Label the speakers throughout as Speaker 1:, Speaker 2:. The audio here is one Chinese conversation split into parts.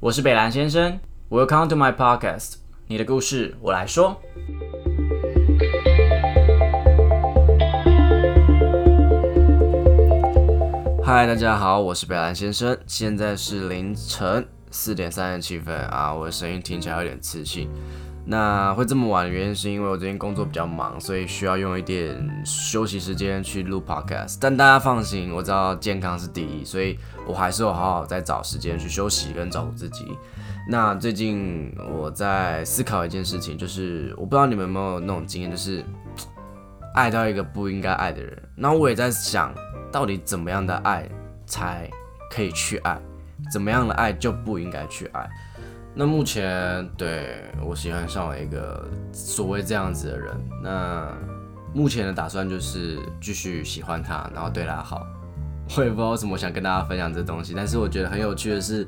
Speaker 1: 我是北兰先生，Welcome to my podcast，你的故事我来说。嗨，大家好，我是北兰先生，现在是凌晨四点三十七分啊，我的声音听起来有点刺性。那会这么晚的原因是因为我最近工作比较忙，所以需要用一点休息时间去录 podcast。但大家放心，我知道健康是第一，所以我还是有好好在找时间去休息跟照顾自己。那最近我在思考一件事情，就是我不知道你们有没有那种经验，就是爱到一个不应该爱的人。那我也在想，到底怎么样的爱才可以去爱，怎么样的爱就不应该去爱。那目前对我喜欢上了一个所谓这样子的人，那目前的打算就是继续喜欢他，然后对他好。 我也不知道为什么想跟大家分享这东西，但是我觉得很有趣的是，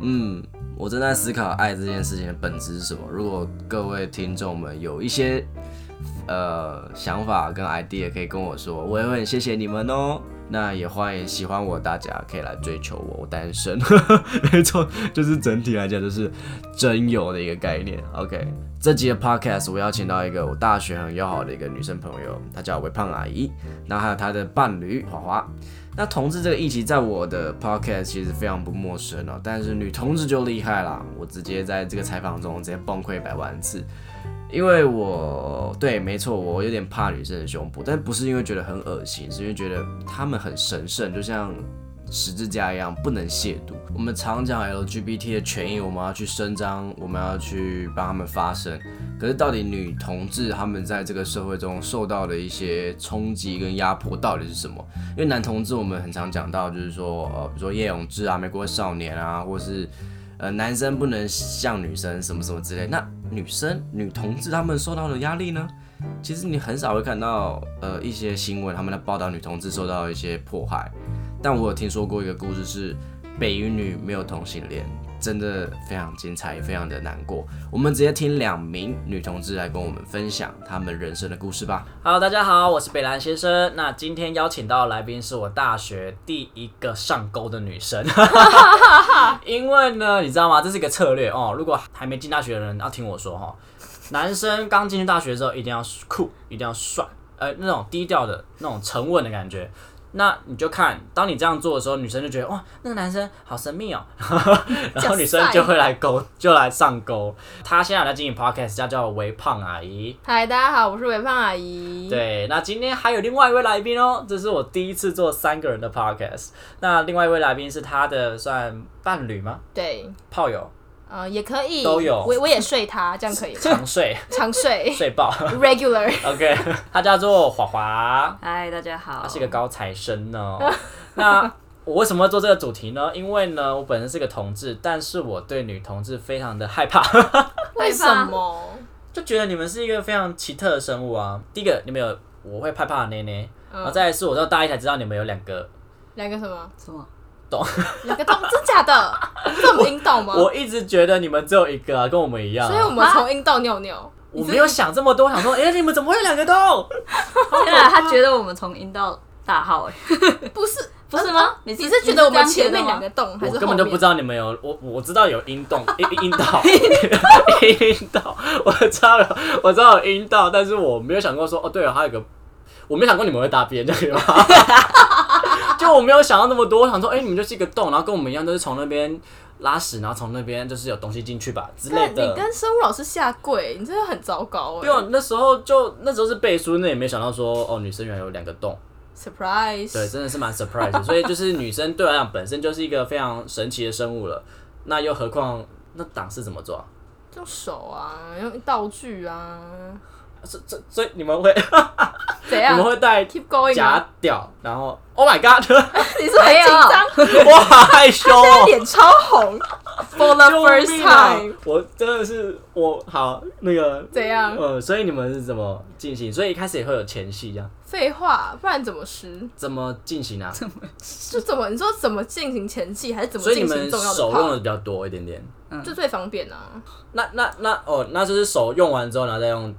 Speaker 1: 嗯，我正在思考爱这件事情的本质是什么。如果各位听众们有一些呃想法跟 idea 可以跟我说，我也会很谢谢你们哦。那也欢迎喜欢我的大家可以来追求我，我单身， 没错，就是整体来讲就是真有的一个概念。OK，这集的 Podcast 我邀请到一个我大学很要好的一个女生朋友，她叫微胖阿姨，那还有她的伴侣华华。那同志这个议题在我的 podcast 其实非常不陌生哦，但是女同志就厉害啦，我直接在这个采访中直接崩溃百万次，因为我对，没错，我有点怕女生的胸部，但不是因为觉得很恶心，是因为觉得她们很神圣，就像十字架一样，不能亵渎。我们常讲 LGBT 的权益，我们要去伸张，我们要去帮他们发声。可是到底女同志她们在这个社会中受到的一些冲击跟压迫到底是什么？因为男同志我们很常讲到，就是说，呃，比如说叶永志啊、美国少年啊，或是呃男生不能像女生什么什么之类。那女生、女同志他们受到的压力呢？其实你很少会看到呃一些新闻他们在报道女同志受到一些迫害。但我有听说过一个故事是北一女没有同性恋，真的非常精彩，也非常的难过。我们直接听两名女同志来跟我们分享她们人生的故事吧。
Speaker 2: Hello，大家好，我是北兰先生。那今天邀请到的来宾是我大学第一个上钩的女生，因为呢，你知道吗？这是一个策略哦。如果还没进大学的人要听我说哦，男生刚进去大学之后一定要酷，一定要帅，呃，那种低调的那种沉稳的感觉。那你就看，当你这样做的时候，女生就觉得哇，那个男生好神秘哦，然后女生就会来勾，就来上钩。她现在有在经营 podcast，叫叫微胖阿姨。
Speaker 3: 嗨，大家好，我是微胖阿姨。，
Speaker 2: 对，那今天还有另外一位来宾哦，这是我第一次做三个人的 podcast。那另外一位来宾是他的算伴侣吗？
Speaker 3: 对，
Speaker 2: 炮友，
Speaker 3: 呃，也可以，
Speaker 2: 都有
Speaker 3: 我我也睡他，这 样可以吗？
Speaker 2: 长 睡
Speaker 3: 常睡
Speaker 2: 睡爆。
Speaker 3: ，regular。
Speaker 2: OK，他叫做华华，
Speaker 4: 嗨，大家好。
Speaker 2: 他是一个高材生呢。那我为什么会做这个主题呢？因为呢，我本身是个同志，但是我对女同志非常的害怕，
Speaker 3: 为什么？
Speaker 2: 就觉得你们是一个非常奇特的生物啊。第一个，你们有我会害怕的捏捏，
Speaker 3: 嗯
Speaker 2: 然后再来是我到大一才知道你们有两个
Speaker 3: 呃两个什么？
Speaker 4: 什么？
Speaker 3: 两个洞？真假的？这我们阴道吗？
Speaker 2: 我一直觉得你们只有一个、啊，跟我们一样、啊。
Speaker 3: 所以我们从阴道尿尿。
Speaker 2: 我没有想这么多，我想说，哎、你们怎么会有两个洞？
Speaker 4: 天啊，他觉得我们从阴道大号哎、
Speaker 3: 不是，啊
Speaker 4: 不是吗？你
Speaker 3: 你
Speaker 4: 是
Speaker 3: 是觉得我们
Speaker 4: 你是
Speaker 3: 前
Speaker 4: 这
Speaker 3: 面两
Speaker 4: 样觉得吗
Speaker 3: 个洞还
Speaker 2: 我
Speaker 3: 是
Speaker 2: 根本就不知
Speaker 3: 道？
Speaker 2: 道你们有，我我知道有阴 洞，阴阴道，阴道，我知道有，我知道有阴道，但是我没有想过说，哦，对了，还有一个，我没有想过你们会大便，这个吗？ 就我没有想到那么多，我想说，哎、你们就是一个洞，然后跟我们一样，都是从那边拉屎，然后从那边就是有东西进去吧之
Speaker 3: 那
Speaker 2: 类的。
Speaker 3: 啊你跟生物老师下跪，你真的很糟糕哎、
Speaker 2: 对啊，那时候就那时候是背书，那也没想到说哦，女生原来有两个洞，对，
Speaker 3: Surprise！
Speaker 2: 真的是蛮 surprise 的。所以就是女生对我来讲本身就是一个非常神奇的生物了，那又何况那党是怎么做、啊？
Speaker 3: 用手啊，用道具啊，
Speaker 2: 这这所以你们会
Speaker 3: 怎
Speaker 2: 你
Speaker 3: 样
Speaker 2: 们会带
Speaker 3: 哎？Keep going 啊！
Speaker 2: 假屌，然后 Oh my God，
Speaker 3: 你是不是很紧张，
Speaker 2: 我好害羞
Speaker 3: 他
Speaker 2: 哦。
Speaker 3: 脸超红。For the
Speaker 2: 救
Speaker 3: first
Speaker 2: 命啊
Speaker 3: time，！
Speaker 2: 我真的是我好那个
Speaker 3: 怎样
Speaker 2: 呃，所以你们是怎么进行？所以一开始也会有前戏呀、
Speaker 3: 废话，不然怎么湿？
Speaker 2: 怎么进行啊？
Speaker 3: 就怎么你说怎么进行前戏，还是怎么
Speaker 2: 所以你
Speaker 3: 进
Speaker 2: 们
Speaker 3: 行重要
Speaker 2: 手
Speaker 3: 的
Speaker 2: 用
Speaker 3: 泡？
Speaker 2: 的比较多一点点。
Speaker 3: 就最方便啊，
Speaker 2: 那那那哦，那就是手用完之后，然后再用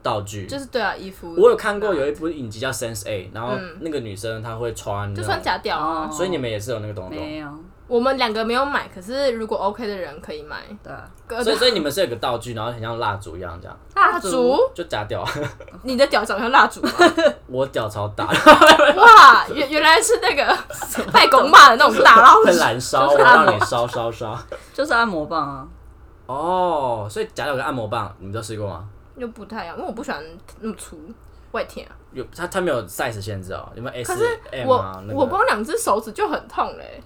Speaker 2: 道具。
Speaker 3: 就是对啊，衣服
Speaker 2: 我有看过有一部影集叫《Sense A》，然后
Speaker 3: 嗯
Speaker 2: 那个女生她会穿那种，
Speaker 3: 就穿假屌啊
Speaker 4: 哦，
Speaker 2: 所以你们也是有那个东
Speaker 4: 没
Speaker 2: 东。
Speaker 4: 有，
Speaker 3: 我们两个没有买，可是如果 OK 的人可以买。
Speaker 4: 对啊，
Speaker 3: 呃
Speaker 2: 所以所以你们是有个道具，然后很像蜡烛一样这样，
Speaker 3: 蜡烛，
Speaker 2: 就夹掉。
Speaker 3: 你的屌长得 像蜡烛吗？
Speaker 2: 我屌超大，
Speaker 3: 哇，原原来是那个太公骂的那种大蜡
Speaker 2: 会
Speaker 3: 烛。
Speaker 2: 燃 烧，我让你烧烧烧。
Speaker 4: 就是按摩棒啊。
Speaker 2: 哦，所以夹掉有个按摩棒，你们都试过吗？
Speaker 3: 又不太一样，因为我不喜欢那么粗，我也天啊！
Speaker 2: 有它它没有 size 限制哦，有没有
Speaker 3: 可
Speaker 2: S
Speaker 3: 是
Speaker 2: M
Speaker 3: 我、
Speaker 2: 啊？那个
Speaker 3: 我光两只手指就很痛嘞、欸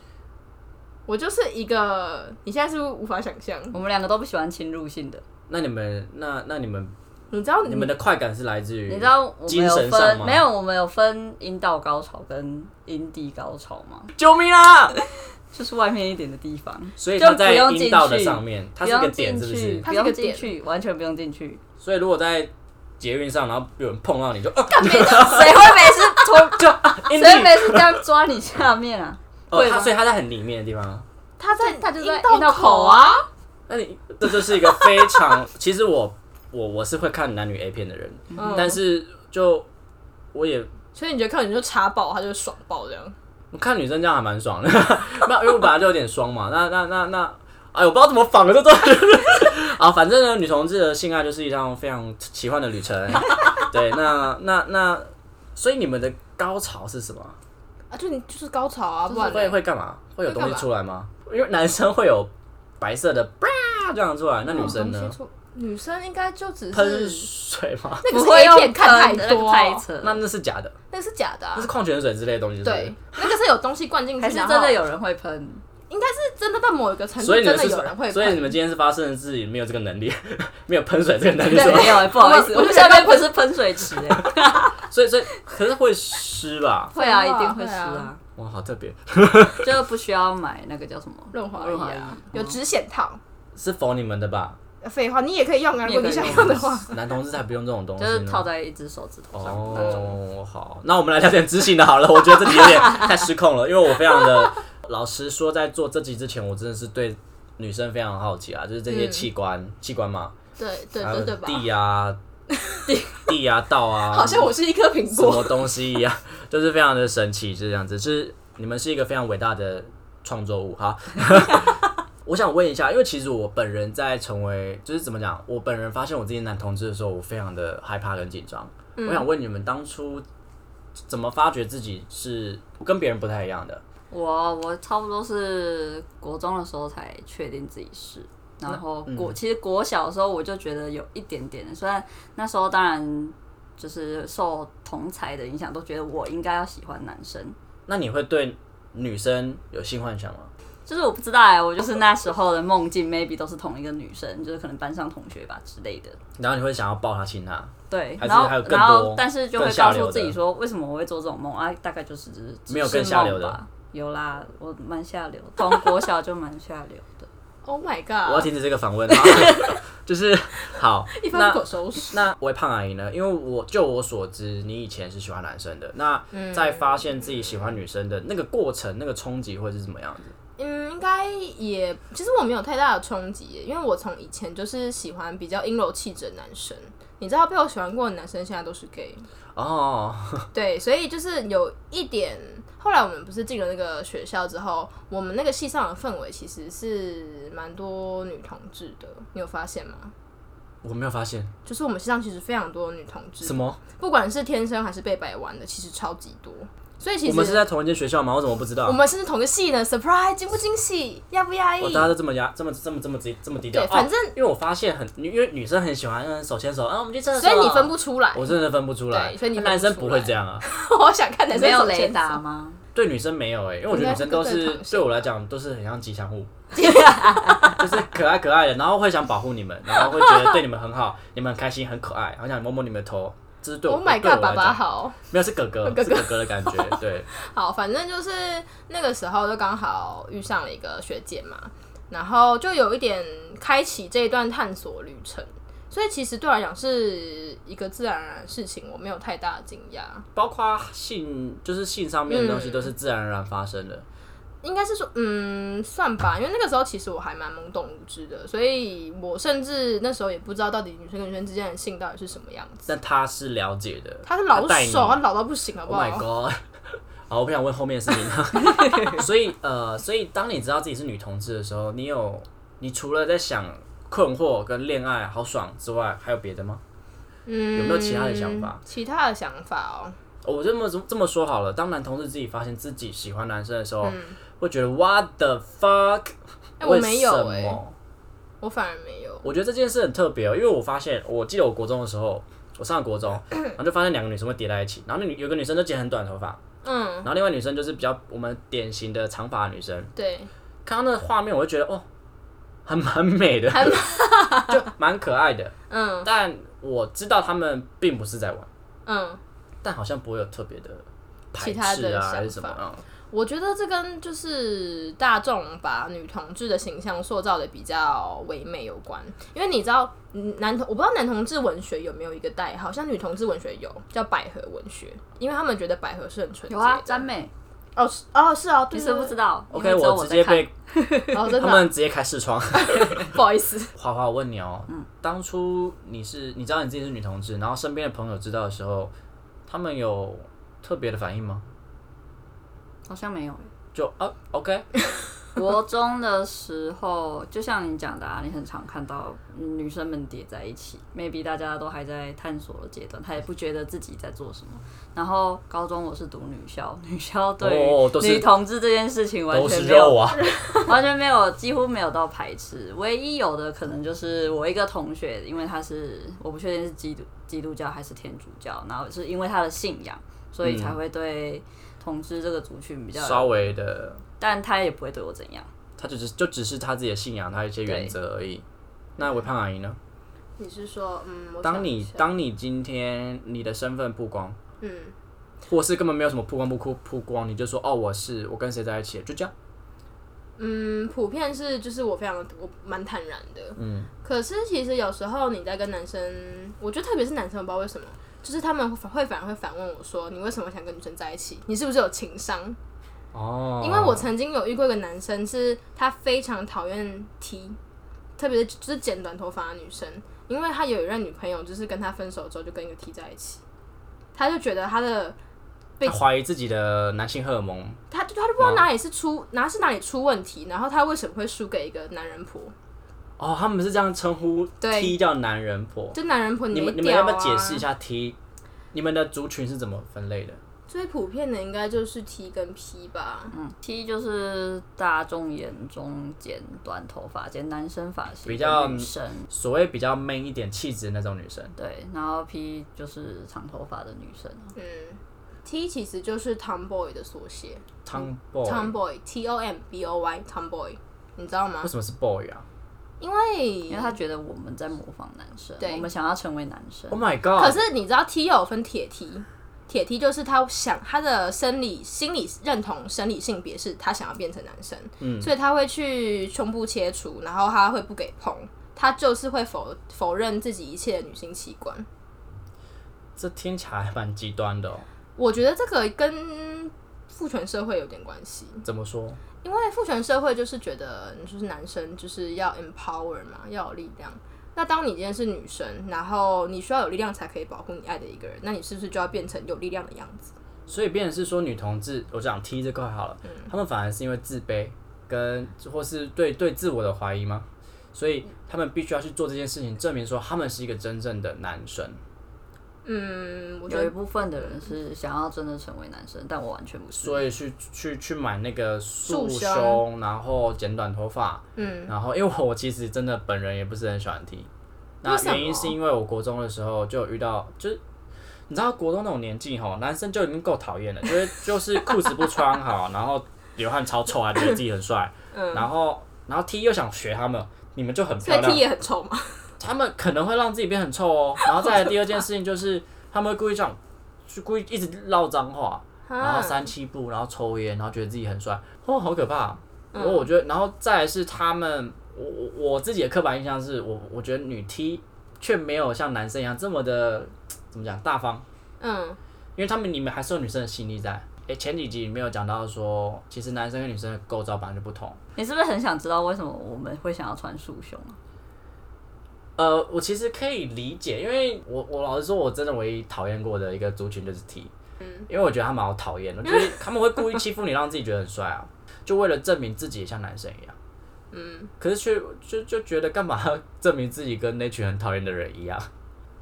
Speaker 3: 我就是一个，你现在是不是无法想象？
Speaker 4: 我们两个都不喜欢侵入性的，
Speaker 2: 那你们那那你们
Speaker 3: 你知道
Speaker 2: 你们的快感是来自于
Speaker 4: 你知道我们
Speaker 2: 精
Speaker 4: 有
Speaker 2: 神上
Speaker 4: 分
Speaker 2: 吗？
Speaker 4: 没，有？我们有分阴道高潮跟阴蒂高潮吗？
Speaker 2: 救命啊！
Speaker 4: 就是外面一点的地方，
Speaker 2: 所以
Speaker 4: 就
Speaker 2: 它
Speaker 4: 不
Speaker 2: 在
Speaker 4: 用进
Speaker 2: 阴道的
Speaker 4: 去
Speaker 2: 上面，它
Speaker 4: 不
Speaker 2: 是一个
Speaker 4: 用
Speaker 2: 点，
Speaker 4: 进
Speaker 2: 是不
Speaker 4: 去，
Speaker 2: 是？
Speaker 4: 不
Speaker 3: 它是
Speaker 4: 用
Speaker 3: 一个
Speaker 4: 进
Speaker 3: 点
Speaker 4: 去，完全不用进去。
Speaker 2: 所以如果在捷运上，然后有人碰到你就啊，
Speaker 4: 谁会每 次从
Speaker 2: 就啊阴
Speaker 4: 谁会
Speaker 2: 蒂
Speaker 4: 每次这样抓你下 面啊？
Speaker 2: 哦，
Speaker 4: 会
Speaker 2: 它
Speaker 4: 吗
Speaker 2: 所以它在很里面的地方。啊
Speaker 3: 他在
Speaker 4: 他就在
Speaker 3: 阴道口啊，
Speaker 2: 那你这就是一个非常， 其实我我我是会看男女 A 片的人，
Speaker 3: 嗯
Speaker 2: 但是就我也
Speaker 3: 所以你觉得看你就插爆，他就爽爆这样。
Speaker 2: 我看女生这样还蛮爽的， 那因为我本来就有点双嘛，那那那那，哎，我不知道怎么仿了，这 都啊，反正呢，女同志的性爱就是一趟非常奇幻的旅程。 对，那那那，所以你们的高潮是什么？
Speaker 3: 啊，就你就是高潮啊，不然
Speaker 2: 会
Speaker 3: 嘞
Speaker 2: 会干嘛？会有东
Speaker 3: 会
Speaker 2: 西
Speaker 3: 干嘛
Speaker 2: 出来吗？因为男生会有白色的 啪这样出来，那女生
Speaker 3: 哦东
Speaker 2: 呢
Speaker 3: 西？出女生应该就只
Speaker 2: 喷
Speaker 3: 是
Speaker 2: 水吗？
Speaker 3: 那个
Speaker 4: 不
Speaker 3: 是
Speaker 4: 会
Speaker 3: A
Speaker 4: 用
Speaker 3: 片看太
Speaker 4: 喷的那
Speaker 3: 多啊
Speaker 4: 个猜，测，
Speaker 2: 那那是假的，
Speaker 3: 那个是假的啊
Speaker 2: 那是。矿泉水之类的东西。是不是
Speaker 3: 对，，那个是啊有东西灌进去，
Speaker 4: 还是
Speaker 3: 然
Speaker 4: 真
Speaker 3: 后
Speaker 4: 的有人会喷？
Speaker 3: 应该是真的到某一个程度，
Speaker 2: 所以
Speaker 3: 真
Speaker 2: 你们
Speaker 3: 的
Speaker 2: 是
Speaker 3: 有人会喷。
Speaker 2: 所以你们今天是发生自己没有这个能力， 没有喷水这个能力是
Speaker 4: 对，
Speaker 2: 吗？
Speaker 4: 没有欸，不好意思，
Speaker 3: 我
Speaker 4: 我
Speaker 3: 我
Speaker 4: 们
Speaker 3: 觉
Speaker 4: 下
Speaker 3: 得
Speaker 4: 面不是喷水池 欸，
Speaker 2: 所以所以可是会湿吧？
Speaker 4: 会啊，
Speaker 3: 会
Speaker 4: 一
Speaker 3: 啊
Speaker 4: 定会湿
Speaker 3: 会
Speaker 4: 啊
Speaker 3: 啊，
Speaker 2: 哇，好特别，
Speaker 4: 就不需要买那个叫什么
Speaker 3: 润滑
Speaker 4: 润滑
Speaker 3: 液
Speaker 4: 液
Speaker 3: 啊，有止血套。
Speaker 2: 是否你们的吧？
Speaker 3: 呃废话，你也可以用啊，
Speaker 4: 你
Speaker 3: 如
Speaker 4: 也
Speaker 3: 果
Speaker 4: 可以
Speaker 3: 你想
Speaker 4: 用
Speaker 3: 用的话。
Speaker 2: 男同志才不用这种东西
Speaker 4: 就
Speaker 2: 呢，
Speaker 4: 是套在一只手指头上那种。
Speaker 2: 哦，好，那我们来聊点知性的好了。我觉得这集有点太失控了，因为我非常的，老实说，在做这集之前，我真的是对女生非常好奇啊，就是这些器官，器官嘛，
Speaker 3: 对对
Speaker 2: 还有
Speaker 3: 嗯对对吧？
Speaker 2: 地啊，地啊，道啊，
Speaker 3: 好像我是一颗苹
Speaker 2: 什
Speaker 3: 果。
Speaker 2: 么东西一样， 就是非常的神奇，就是这样子。就是你们是一个非常伟大的创作物哈。 我想问一下，因为其实我本人在成为，就是怎么讲，我本人发现我自己男同志的时候，我非常的害怕跟紧张。我想问你们当初怎么发觉自己是跟别人不太一样的？
Speaker 4: 我我差不多是国中的时候才确定自己是，然后国、其实国小的时候我就觉得有一点点，虽然那时候当然就是受同才的影响，都觉得我应该要喜欢男生，
Speaker 2: 那你会对女生有性幻想吗？
Speaker 4: 就是我不知道哎、我就是那时候的梦境，maybe 都是同一个女生，就是可能班上同学吧之类的。
Speaker 2: 然后你会想要抱她亲她？
Speaker 4: 对，
Speaker 2: 还是
Speaker 4: 然后
Speaker 2: 还有更多
Speaker 4: 然后但是就会
Speaker 2: 更下
Speaker 4: 告
Speaker 2: 流
Speaker 4: 诉
Speaker 2: 的
Speaker 4: 自己说，为什么我会做这种梦啊？大概就是只只
Speaker 2: 没有
Speaker 4: 是
Speaker 2: 更下流
Speaker 4: 梦
Speaker 2: 的
Speaker 4: 吧。有啦，我蛮下流，从国小就蛮下 流的。
Speaker 3: Oh my
Speaker 2: 我要
Speaker 3: god！
Speaker 2: 停止这个访问，啊 就是好。
Speaker 3: 一
Speaker 2: 那
Speaker 3: 发不可收拾。
Speaker 2: 那微胖阿姨呢？因为我就我所知，你以前是喜欢男生的，那
Speaker 3: 嗯
Speaker 2: 在发现自己喜欢女生的那个过程，那个冲击会是怎么样子？
Speaker 3: 嗯，应该也，其实我没有太大的冲击耶，因为我从以前就是喜欢比较阴柔气质的男生。你知道被我喜欢过的男生现在都是 gay，
Speaker 2: 哦，
Speaker 3: 对，所以就是有一点。后来我们不是进了那个学校之后，我们那个系上的氛围其实是蛮多女同志的，你有发现吗？
Speaker 2: 我没有发现
Speaker 3: 就是我们系上其实非常多女同志，
Speaker 2: 什么。
Speaker 3: 不管是天生还是被摆弯的，其实超级多。所以其实
Speaker 2: 我们是在同一间学校吗？我怎么不知道
Speaker 3: 我？们是同个系呢，surprise 惊不惊喜，压不压抑
Speaker 2: 我？大家都这么压，这么这么这么低这么低调。
Speaker 3: 对反
Speaker 2: 哦
Speaker 3: 正
Speaker 2: 因为我发现很，因为女生很喜欢嗯手牵手，啊，我们去厕所。
Speaker 3: 所以你分不出来。
Speaker 2: 我真的分不出来，
Speaker 3: 对所以你分不
Speaker 2: 男生
Speaker 3: 出
Speaker 2: 不
Speaker 3: 来
Speaker 2: 会这样啊。
Speaker 3: 我想看男生
Speaker 4: 没有
Speaker 3: 手牵
Speaker 4: 雷达
Speaker 3: 手？
Speaker 4: 吗？
Speaker 2: 对女生没有哎、因为我觉得女生都
Speaker 3: 应该是
Speaker 2: 是
Speaker 3: 更正常
Speaker 2: 对我来讲都是很像吉祥 物，就是可爱可爱的，然后会想保护你们，然后会觉得对你们很好，你们很开心很可爱，好想摸摸你们的头，这是对我
Speaker 3: Oh my
Speaker 2: 对我
Speaker 3: god，
Speaker 2: 来
Speaker 3: 爸
Speaker 2: 讲
Speaker 3: 爸好
Speaker 2: 没有是哥哥
Speaker 3: 哥
Speaker 2: 是哥哥的感觉，对，
Speaker 3: 好，反正就是那个时候就刚好遇上了一个学姐嘛，然后就有一点开启这一段探索旅程，所以其实对我来讲是一个自然而然的事情，我没有太大的惊讶。
Speaker 2: 包括性就是性上面的东西
Speaker 3: 嗯
Speaker 2: 都是自然而然发生的，
Speaker 3: 应该是说，嗯，算吧，因为那个时候其实我还蛮懵懂无知的，所以我甚至那时候也不知道到底女生跟女生之间的性到底是什么样子。
Speaker 2: 但他是了解的，
Speaker 3: 他是老
Speaker 2: 带你
Speaker 3: 手，他老到不行，好不
Speaker 2: Oh my
Speaker 3: 好？
Speaker 2: god！ 好，我不想问后面的事情了。 所以呃，所以当你知道自己是女同志的时候，你有你除了在想困惑跟恋爱好爽之外，还有别的吗？
Speaker 3: 嗯，
Speaker 2: 有没有其他的想法？
Speaker 3: 其他的想法哦，
Speaker 2: 哦我这么这么说好了，当男同志自己发现自己喜欢男生的时候，
Speaker 3: 嗯
Speaker 2: 会觉得 What the fuck？
Speaker 3: 哎我
Speaker 2: 为
Speaker 3: 没有
Speaker 2: 什么？
Speaker 3: 哎我反而没有。
Speaker 2: 我觉得这件事很特别哦，因为我发现，我记得我国中的时候，我上了国 中，然后就发现两个女生会叠在一起，然后那女有个女生就剪很短头发，
Speaker 3: 嗯，
Speaker 2: 然后另外女生就是比较我们典型的长发女生，
Speaker 3: 对，
Speaker 2: 看到那个画面，我就觉得哦，还蛮美的， 就蛮可爱 的，
Speaker 3: 嗯
Speaker 2: 但我知道他们并不是在玩，
Speaker 3: 嗯，
Speaker 2: 但好像不会有特别的排
Speaker 3: 其他
Speaker 2: 斥
Speaker 3: 的
Speaker 2: 啊
Speaker 3: 想
Speaker 2: 还是什么
Speaker 3: 法
Speaker 2: 啊。嗯
Speaker 3: 我觉得这跟就是大众把女同志的形象塑造的比较唯美有关，因为你知道嗯男同，我不知道男同志文学有没有一个代号，像女同志文学有叫百合文学，因为他们觉得百合是很纯洁
Speaker 4: 有
Speaker 3: 的。
Speaker 4: 啊，詹美，
Speaker 3: 哦是哦是哦，
Speaker 4: 你
Speaker 3: 对
Speaker 4: 是不是不知道因
Speaker 2: OK，
Speaker 4: 为只有
Speaker 2: 我
Speaker 4: 我
Speaker 2: 直接
Speaker 4: 在看
Speaker 2: 被
Speaker 3: 哦真
Speaker 2: 他
Speaker 3: 的啊
Speaker 2: 们直接开视窗。
Speaker 3: 不好意思，
Speaker 2: 花花，我问你哦，
Speaker 4: 嗯
Speaker 2: 当初你是你知道你自己是女同志，然后身边的朋友知道的时候，他们有特别的反应吗？
Speaker 4: 好像没有欸。
Speaker 2: 就啊，OK，
Speaker 4: 国中的时候，就像你讲的啊，你很常看到女生们叠在一起，maybe 大家都还在探索的阶段，她也不觉得自己在做什么。然后高中我是读女校，女校对
Speaker 2: 哦都
Speaker 4: 于
Speaker 2: 是
Speaker 4: 女同志这件事情完
Speaker 2: 都
Speaker 4: 全
Speaker 2: 是
Speaker 4: 没有
Speaker 2: 肉啊，
Speaker 4: 完全没有，几乎没有到排斥。唯一有的可能就是我一个同学，因为他是我不确定是基督基督教还是天主教，然后是因为他的信仰，所以
Speaker 2: 嗯
Speaker 4: 才会对同志这个族群比较有，
Speaker 2: 稍微的，
Speaker 4: 但他也不会对我怎样。
Speaker 2: 他就只就只是他自己的信仰，他一些原则而已。那维胖阿姨呢？
Speaker 3: 你是说嗯，我
Speaker 2: 当
Speaker 3: 想一
Speaker 2: 你
Speaker 3: 下
Speaker 2: 当你今天你的身份曝光，
Speaker 3: 嗯。
Speaker 2: 或是根本没有什么曝光不曝曝光，你就说哦，我是我跟谁在一起，就这样。
Speaker 3: 嗯，普遍是就是我非常我蛮坦然的，嗯。可是其实有时候你在跟男生，我觉得特别是男生，我不知道为什么，就是他们会反会反而会反问我说，你为什么想跟女生在一起？你是不是有情商？
Speaker 2: 哦，
Speaker 3: 因为我曾经有遇过一个男生，是他非常讨厌剃，特别是就是剪短头发的女生，因为他有一任女朋友，就是跟他分手之后就跟一个剃在一起，他就觉得他的被
Speaker 2: 他怀疑自己的男性荷尔蒙，
Speaker 3: 他就他就不知道哪里是出哪是哪里出问题，然后他为什么会输给一个男人婆？
Speaker 2: 哦，他们是这样称呼
Speaker 3: 对
Speaker 2: 踢叫男人婆。
Speaker 3: 就男人婆
Speaker 2: 你
Speaker 3: 没
Speaker 2: 们你们
Speaker 3: 屌
Speaker 2: 要
Speaker 3: 啊
Speaker 2: 不要解释一？下 T？你们的族群是怎么分类的？
Speaker 3: 最普遍的应该就是 T 跟 P 吧，
Speaker 4: 嗯，T 就是大众眼中剪短头发、剪男生发型
Speaker 2: 比较嗯
Speaker 4: 的女生，
Speaker 2: 所谓比较 man 一点气质的那种女生，
Speaker 4: 对，然后 P 就是长头发的女生。
Speaker 3: 嗯，T 其实就是 Tomboy 的缩写
Speaker 2: tomboy，
Speaker 3: ，Tomboy T O M B O Y Tomboy，你知道吗
Speaker 2: 为？什么是 boy 啊
Speaker 3: 因为
Speaker 4: 因为他觉得我们在模仿男生，
Speaker 3: 对
Speaker 4: 我们想要成为男生
Speaker 2: ？Oh。my
Speaker 3: 可
Speaker 2: god！
Speaker 3: 是你知道 T 有分铁 T，铁 T 就是他想他的生理、心理认同、生理性别是他想要变成男生，
Speaker 2: 嗯
Speaker 3: 所以他会去胸部切除，然后他会不给碰，他就是会否否认自己一切的女性器官。
Speaker 2: 这听起来还蛮极端的哦。
Speaker 3: 我觉得这个跟父权社会有点关系，
Speaker 2: 怎么说？
Speaker 3: 因为父权社会就是觉得就是男生就是要 empower 嘛，要有力量。那当你今天是女生，然后你需要有力量才可以保护你爱的一个人，那你是不是就要变成有力量的样子？
Speaker 2: 所以变成是说女同志，我讲 T 这块好了，他们反而是因为自卑跟或是对对自我的怀疑吗？所以他们必须要去做这件事情，证明说他们是一个真正的男生。
Speaker 3: 嗯，我觉
Speaker 4: 有一
Speaker 3: 得
Speaker 4: 部分的人是想要真的成为男生，但我完全不是。
Speaker 2: 所以去去去买那个束
Speaker 3: 束
Speaker 2: 胸，然后剪短头发，
Speaker 3: 嗯，
Speaker 2: 然后因为我我其实真的本人也不是很喜欢剃，那
Speaker 3: 为什么
Speaker 2: 原因是因为我国中的时候就有遇到，就是你知道国中那种年纪吼，男生就已经够讨厌了，就是就是裤子不穿好， 然后流汗超臭啊，觉得自己很帅，然后然后剃又想学他们，你们就很
Speaker 3: 嗯所
Speaker 2: 漂
Speaker 3: 以 T
Speaker 2: 亮，
Speaker 3: 也很臭嘛。
Speaker 2: 他们可能会让自己变很臭哦，然后再来第二件事情就是他们会故意这样，就故意一直唠脏话，然后
Speaker 3: 啊
Speaker 2: 三七步，然后抽烟，然后觉得自己很帅，哦，好可怕、然后我觉得，然后再来是他们，我我我自己的刻板印象是我我觉得女 T 却没有像男生一样这么的怎么讲大方，
Speaker 3: 嗯
Speaker 2: 因为他们里面还是有女生的心力在。诶，前几集里面有讲到说，其实男生跟女生的构造本来就不同。
Speaker 4: 你是不是很想知道为什么我们会想要穿束胸啊？
Speaker 2: 呃，我其实可以理解，因为我我老实说，我真的唯一讨厌过的一个族群就是 T，
Speaker 3: 嗯
Speaker 2: 因为我觉得他们好讨厌哦，就是 他们会故意欺负你，让自己觉得很帅啊，就为了证明自己也像男生一样。嗯，可是却就就觉得干嘛要证明自己跟那群很讨厌的人一样？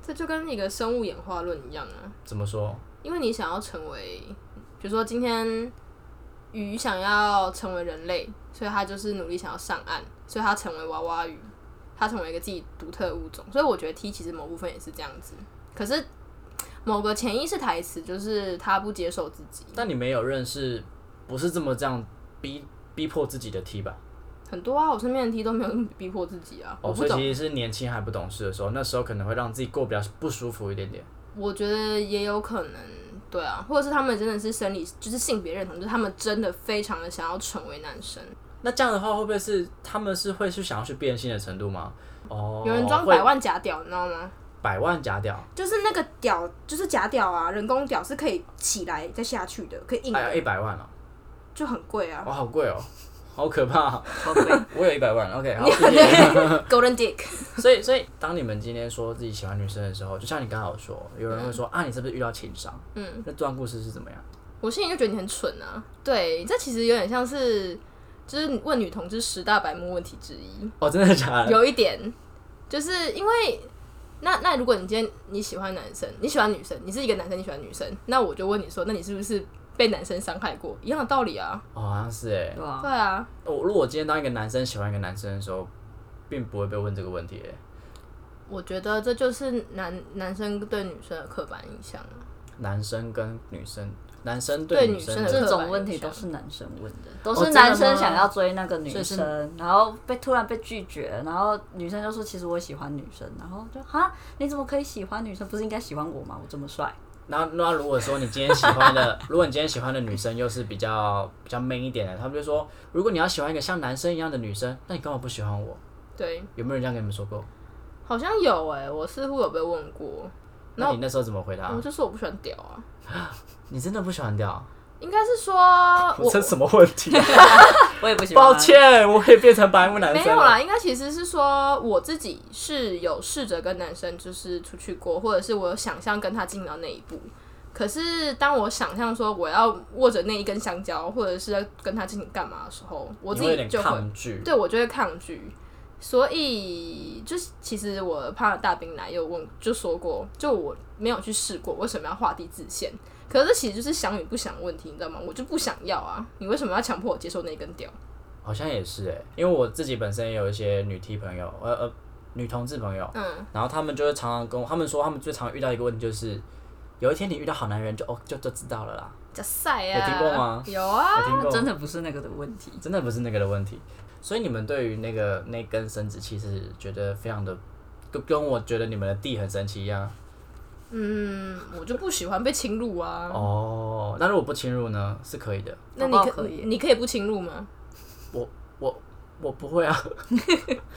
Speaker 3: 这就跟一个生物演化论一样啊，
Speaker 2: 怎么说？
Speaker 3: 因为你想要成为，比如说今天鱼想要成为人类，所以它就是努力想要上岸，所以它成为娃娃鱼，它成为一个自己独特的物种。所以我觉得 T 其实某部分也是这样子，可是某个潜意识台词就是他不接受自己，
Speaker 2: 但你没有认识，不是这么这样逼逼迫自己的 T 吧？
Speaker 3: 很多啊，我身边的 T 都没有逼迫自己啊，
Speaker 2: 哦，
Speaker 3: 我不
Speaker 2: 所以
Speaker 3: 懂。
Speaker 2: 其实是年轻还不懂事的时候，那时候可能会让自己过比较不舒服一点点。
Speaker 3: 我觉得也有可能，对啊，或者是他们真的是生理，就是性别认同，就是他们真的非常的想要成为男生。
Speaker 2: 那这样的话，会不会是他们是会去想要去变性的程度吗？哦，
Speaker 3: 有人装
Speaker 2: 会
Speaker 3: 百万假屌，你知道吗？
Speaker 2: 百万假屌，
Speaker 3: 就是那个屌，就是假屌啊，人工屌是可以起来再下去的，可以硬
Speaker 2: 哎呀，
Speaker 3: 的，
Speaker 2: 一百万了、
Speaker 3: 就很 贵啊。
Speaker 2: 哇，好贵哦，好可怕、
Speaker 4: 好贵，
Speaker 2: 我有一百万，OK，好，谢谢。
Speaker 3: Golden Dick，
Speaker 2: 所以，所以当你们今天说自己喜欢女生的时候，就像你刚好说，有人会说、啊，你是不是遇到情伤？
Speaker 3: 嗯，
Speaker 2: 那这段故事是怎么样？
Speaker 3: 我心里就觉得你很蠢啊。对，这其实有点像是，就是问女同志十大白目问题之一，
Speaker 2: 哦，真的假的？
Speaker 3: 有一点，就是因为。那那如果你今天你喜欢男生，你喜欢女生，你是一个男生，你喜欢女生，那我就问你说，那你是不是被男生伤害过？一样的道理啊。
Speaker 2: 哦，好像是哎
Speaker 4: 对。吧、
Speaker 3: 对啊，
Speaker 2: 我如果今天当一个男生喜欢一个男生的时候，并不会被问这个问题欸耶。
Speaker 3: 我觉得这就是男男生对女生的刻板印象啊。
Speaker 2: 男生跟女生，男生
Speaker 3: 对
Speaker 2: 女
Speaker 3: 女
Speaker 2: 生
Speaker 3: 生的
Speaker 4: 这
Speaker 2: 的，
Speaker 4: 种问题都是男生问的，都是男生想要追那个女
Speaker 2: 哦真
Speaker 4: 生，然后被突然被拒绝，然后女生就说其实我喜欢女生，然后就哈你怎么可以喜欢女生？不是应该喜欢我吗？我这么帅，
Speaker 2: 那那如果说你今天喜欢 的，如果你今天喜欢的女生又是比较比较 man 一点的，他们就说，如果你要喜欢一个像男生一样的女生，那你干嘛不喜欢我？
Speaker 3: 对，
Speaker 2: 有没有人这样跟你们说过？
Speaker 3: 好像有哎、我似乎有被问过，
Speaker 2: 那你那时候怎么回答
Speaker 3: 我？就说我不喜欢屌啊，
Speaker 2: 你真的不喜欢掉？
Speaker 3: 应该 是说我
Speaker 2: 这什么问题？
Speaker 4: 我也不喜欢。啊
Speaker 2: 抱，歉，我也变成白目男
Speaker 3: 没
Speaker 2: 生
Speaker 3: 有
Speaker 2: 了。
Speaker 3: 啦，应该其实是说我自己是有试着跟男生就是出去过，或者是我有想象跟他进到那一步。可是当我想象说我要握着那一根香蕉，或者是要跟他进行干嘛的时候，我
Speaker 2: 你
Speaker 3: 自
Speaker 2: 会有
Speaker 3: 己
Speaker 2: 点
Speaker 3: 就会
Speaker 2: 抗拒。
Speaker 3: 对我就会抗拒。所以就是，其实我胖的大兵奶有问，就说过，就我没有去试过，为什么要画地自限？可是这其实就是想与不想的问题，你知道吗？我就不想要啊！你为什么要强迫我接受那根屌？
Speaker 2: 好像也是哎、因为我自己本身也有一些女 T 朋友，呃呃，女同志朋友，
Speaker 3: 嗯，
Speaker 2: 然后他们就会常常跟我，他们说他们最常遇到一个问题就是，有一天你遇到好男人就哦就就知道了啦，
Speaker 3: 假赛
Speaker 2: 有
Speaker 3: 啊！
Speaker 2: 听过吗
Speaker 3: 有啊，
Speaker 2: 我听过，
Speaker 4: 真的不是那个的问题。
Speaker 2: 真的不是那个的问题。所以你们对于那个那根生殖器是觉得非常的，跟跟我觉得你们的地很神奇一样
Speaker 3: 嗯，我就不喜欢被侵入啊。
Speaker 2: 哦。那如果不侵入呢，是可以的。
Speaker 3: 那你
Speaker 4: 搞不好可以
Speaker 3: 你可以不侵入吗？
Speaker 2: 我我我不会啊，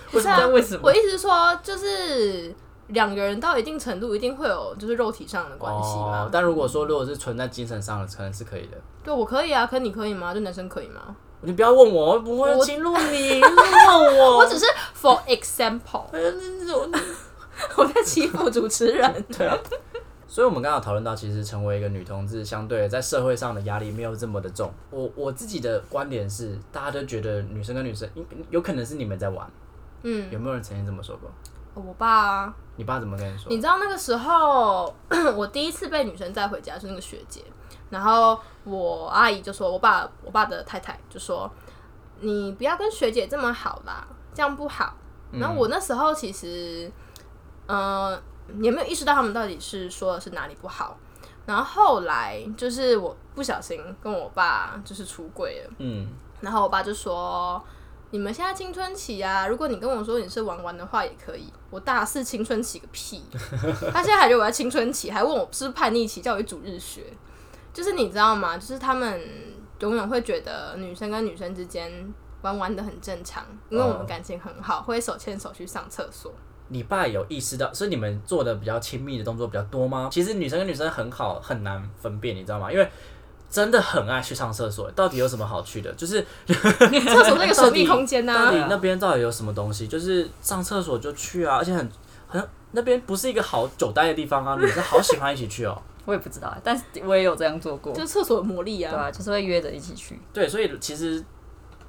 Speaker 3: 不是啊，
Speaker 4: 为什么
Speaker 3: 我意思是说，就是两个人到一定程度，一定会有就是肉体上的关系
Speaker 2: 哦
Speaker 3: 嘛。
Speaker 2: 但如果说如果是存在精神上的，可能是可以的。
Speaker 3: 对，我可以啊，可你可以吗？就男生可以吗？
Speaker 2: 你不要问我，我不会
Speaker 3: 我
Speaker 2: 侵入你，你问我。
Speaker 3: 我只是 for example，我 在欺负主持人。
Speaker 2: 所以，我们刚刚有讨论到，其实成为一个女同志，相对在社会上的压力没有这么的重。我我自己的观点是，大家都觉得女生跟女生，有有可能是你们在玩，
Speaker 3: 嗯，
Speaker 2: 有没有人曾经这么说过？
Speaker 3: 我爸啊，
Speaker 2: 你爸怎么跟你说
Speaker 3: 你？知道那个时候我第一次被女生带回家是那个学姐，然后我阿姨就说，我爸我爸的太太就说，你不要跟学姐这么好啦，这样不好。然后我那时候其实，嗯、呃，也没有意识到他们到底是说的是哪里不好。然后后来就是我不小心跟我爸就是出柜了。
Speaker 2: 嗯，
Speaker 3: 然后我爸就说：“你们现在青春期啊，如果你跟我说你是玩玩的话也可以。”我大四青春期个屁！ 他现在还觉得我在青春期，还问我是不是叛逆期，叫我去主日学。就是你知道吗？就是他们永远会觉得女生跟女生之间玩玩的很正常，因为我们感情很好，会手牵手去上厕 所。
Speaker 2: 你爸有意识到，所以你们做的比较亲密的动作比较多吗？其实女生跟女生很好很难分辨，你知道吗？因为真的很爱去上厕所，到底有什么好去的？就是
Speaker 3: 厕所是一个神秘空间啊呐、
Speaker 2: 到底那边到底有什么东西？就是上厕所就去啊，而且很很那边不是一个好久待的地方啊，女生好喜欢一起去哦。
Speaker 4: 我也不知道，欸但是我也有这样做过，
Speaker 3: 就 厕所的魔力
Speaker 4: 对
Speaker 3: 啊，
Speaker 4: 啊，就是会约着一起去。
Speaker 2: 对，所以其实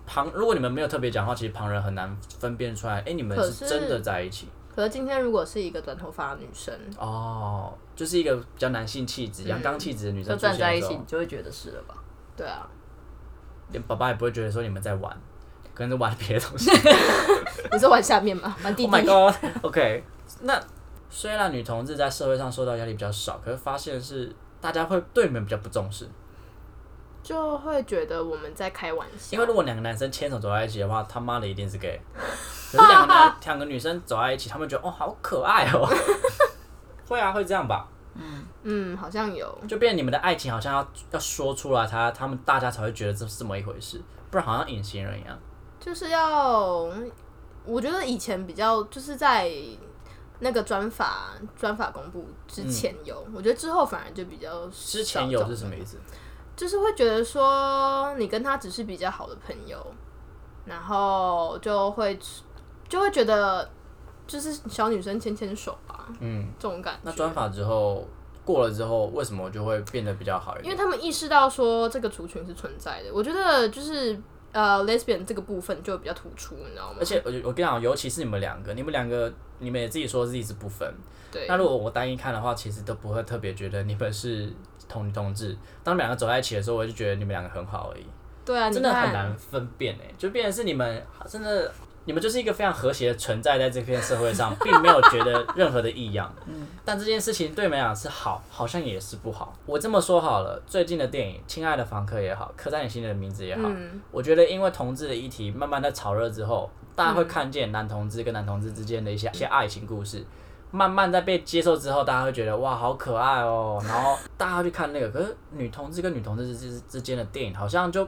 Speaker 2: 旁如果你们没有特别讲的话，其实旁人很难分辨出来，哎、你们
Speaker 3: 可
Speaker 2: 是
Speaker 3: 是
Speaker 2: 真的在一起
Speaker 3: 可是今天如果是一个短头发的女生，
Speaker 2: 哦，就是一个比较男性气质、阳刚气质的女
Speaker 4: 就
Speaker 2: 生出
Speaker 4: 站
Speaker 2: 现
Speaker 4: 在
Speaker 2: 的
Speaker 4: 一
Speaker 2: 时
Speaker 4: 起，
Speaker 2: 候
Speaker 4: 你，就会觉得是了吧？
Speaker 3: 对啊，
Speaker 2: 连爸爸也不会觉得说你们在玩，可能是玩别的东西。
Speaker 3: 你是玩下面吗？玩弟
Speaker 2: Oh my
Speaker 3: 弟？
Speaker 2: god！OK，、那虽然女同志在社会上受到压力比较少，可是发现是大家会对你们比较不重视，
Speaker 3: 就会觉得我们在开玩笑
Speaker 2: 因为。如果两个男生牵手走在一起的话，他妈的一定是 gay。可是两个男两个女生走在一起，他们觉得哦好可爱哦。 会啊，会这样吧？
Speaker 3: 嗯，好像有。
Speaker 2: 就变成你们的爱情好像要要说出来他，他们大家才会觉得这是这么一回事，不然好像隐形人一样。
Speaker 3: 就是要，我觉得以前比较就是在那个专法专法公布之前有，我觉得之后反而就比较
Speaker 2: 嗯之
Speaker 3: 之
Speaker 2: 前有是什么意思？
Speaker 3: 就是会觉得说你跟他只是比较好的朋友，然后就会就会觉得就是小女生牵牵手啊
Speaker 2: 嗯，
Speaker 3: 这种感觉，
Speaker 2: 那专法之后过了之后，为什么就会变得比较好一点？
Speaker 3: 因为他们意识到说这个族群是存在的，我觉得就是呃 lesbian 这个部分就比较突出，你知道吗
Speaker 2: 而？且我我跟你讲，尤其是你们两个，你们两个你们也自己说自己是不分。
Speaker 3: 对
Speaker 2: 那如果我单一看的话，其实都不会特别觉得你们是同同志。当你们两个走在一起的时候，我就觉得你们两个很好而已，
Speaker 3: 对啊，你
Speaker 2: 真的
Speaker 3: 看
Speaker 2: 很难分辨哎，就变成是你们真的。你们就是一个非常和谐的存在在这片社会上，并没有觉得任何的异 样。
Speaker 3: 嗯
Speaker 2: 但这件事情对你们俩是好，好像也是不好。我这么说好了，最近的电影《亲爱的房客》也好，《刻在你心里的名字》也好，
Speaker 3: 嗯，
Speaker 2: 我觉得因为同志的议题慢慢的炒热之后，大家
Speaker 3: 嗯
Speaker 2: 会看见男同志跟男同志之间的一些一些爱情故事，慢慢在被接受之后，大家会觉得哇好可爱哦，然后大家会去看那个，可是女同志跟女同志之之之间的电影好像就。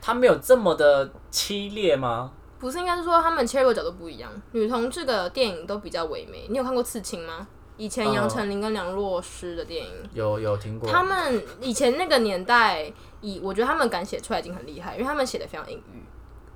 Speaker 2: 他没有这么的凄烈吗？
Speaker 3: 不是，应该是说他们切入的角度不一样。女同志的电影都比较唯美。你有看过《刺青》吗？以前
Speaker 2: 呃
Speaker 3: 杨丞琳跟梁洛施的电影，
Speaker 2: 有有听过？
Speaker 3: 他们以前那个年代，以我觉得他们敢写出来已经很厉害，因为他们写的非常隐喻。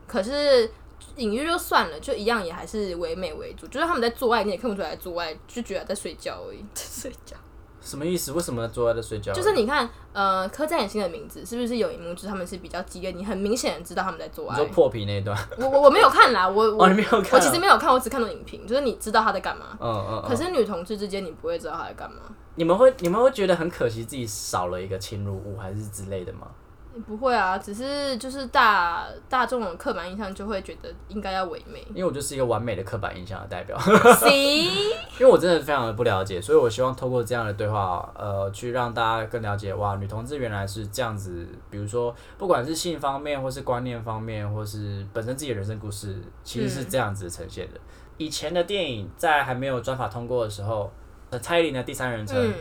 Speaker 3: 可是隐喻就算了，就一样也还是唯美为主，就是他们在做爱，你也看不出来在做爱，就觉得在睡觉 而已。
Speaker 4: 睡觉。
Speaker 2: 什么意思？为什么坐在这睡觉？
Speaker 3: 就是你看，呃，刻在眼心的名字是不是有一幕，就是他们是比较激烈，你很明显地知道他们在做
Speaker 2: 你
Speaker 3: 爱
Speaker 2: 说。破皮那一段，
Speaker 3: 我我我没有看啦，我我、
Speaker 2: 哦，你没有看啊？
Speaker 3: 嗯我其实没有看，我只看到影评，就是你知道他在干嘛。
Speaker 2: 嗯嗯嗯。
Speaker 3: 可是女同志之间，你不会知道她在干嘛，
Speaker 2: 你们会你们会觉得很可惜自己少了一个侵入物还是之类的吗？
Speaker 3: 你不会啊，只是就是大大众的刻板印象就会觉得应该要唯 美
Speaker 2: 因为我就是一个完美的刻板印象的代表，
Speaker 3: 行，
Speaker 2: 因为我真的非常的不了解，所以我希望透过这样的对话，呃，去让大家更了解哇，女同志原来是这样子，比如说不管是性方面，或是观念方面，或是本身自己的人生故事，其实是这样子呈现的。以前的电影在还没有专法通过的时候，呃，蔡依林的第三人称、
Speaker 3: 嗯，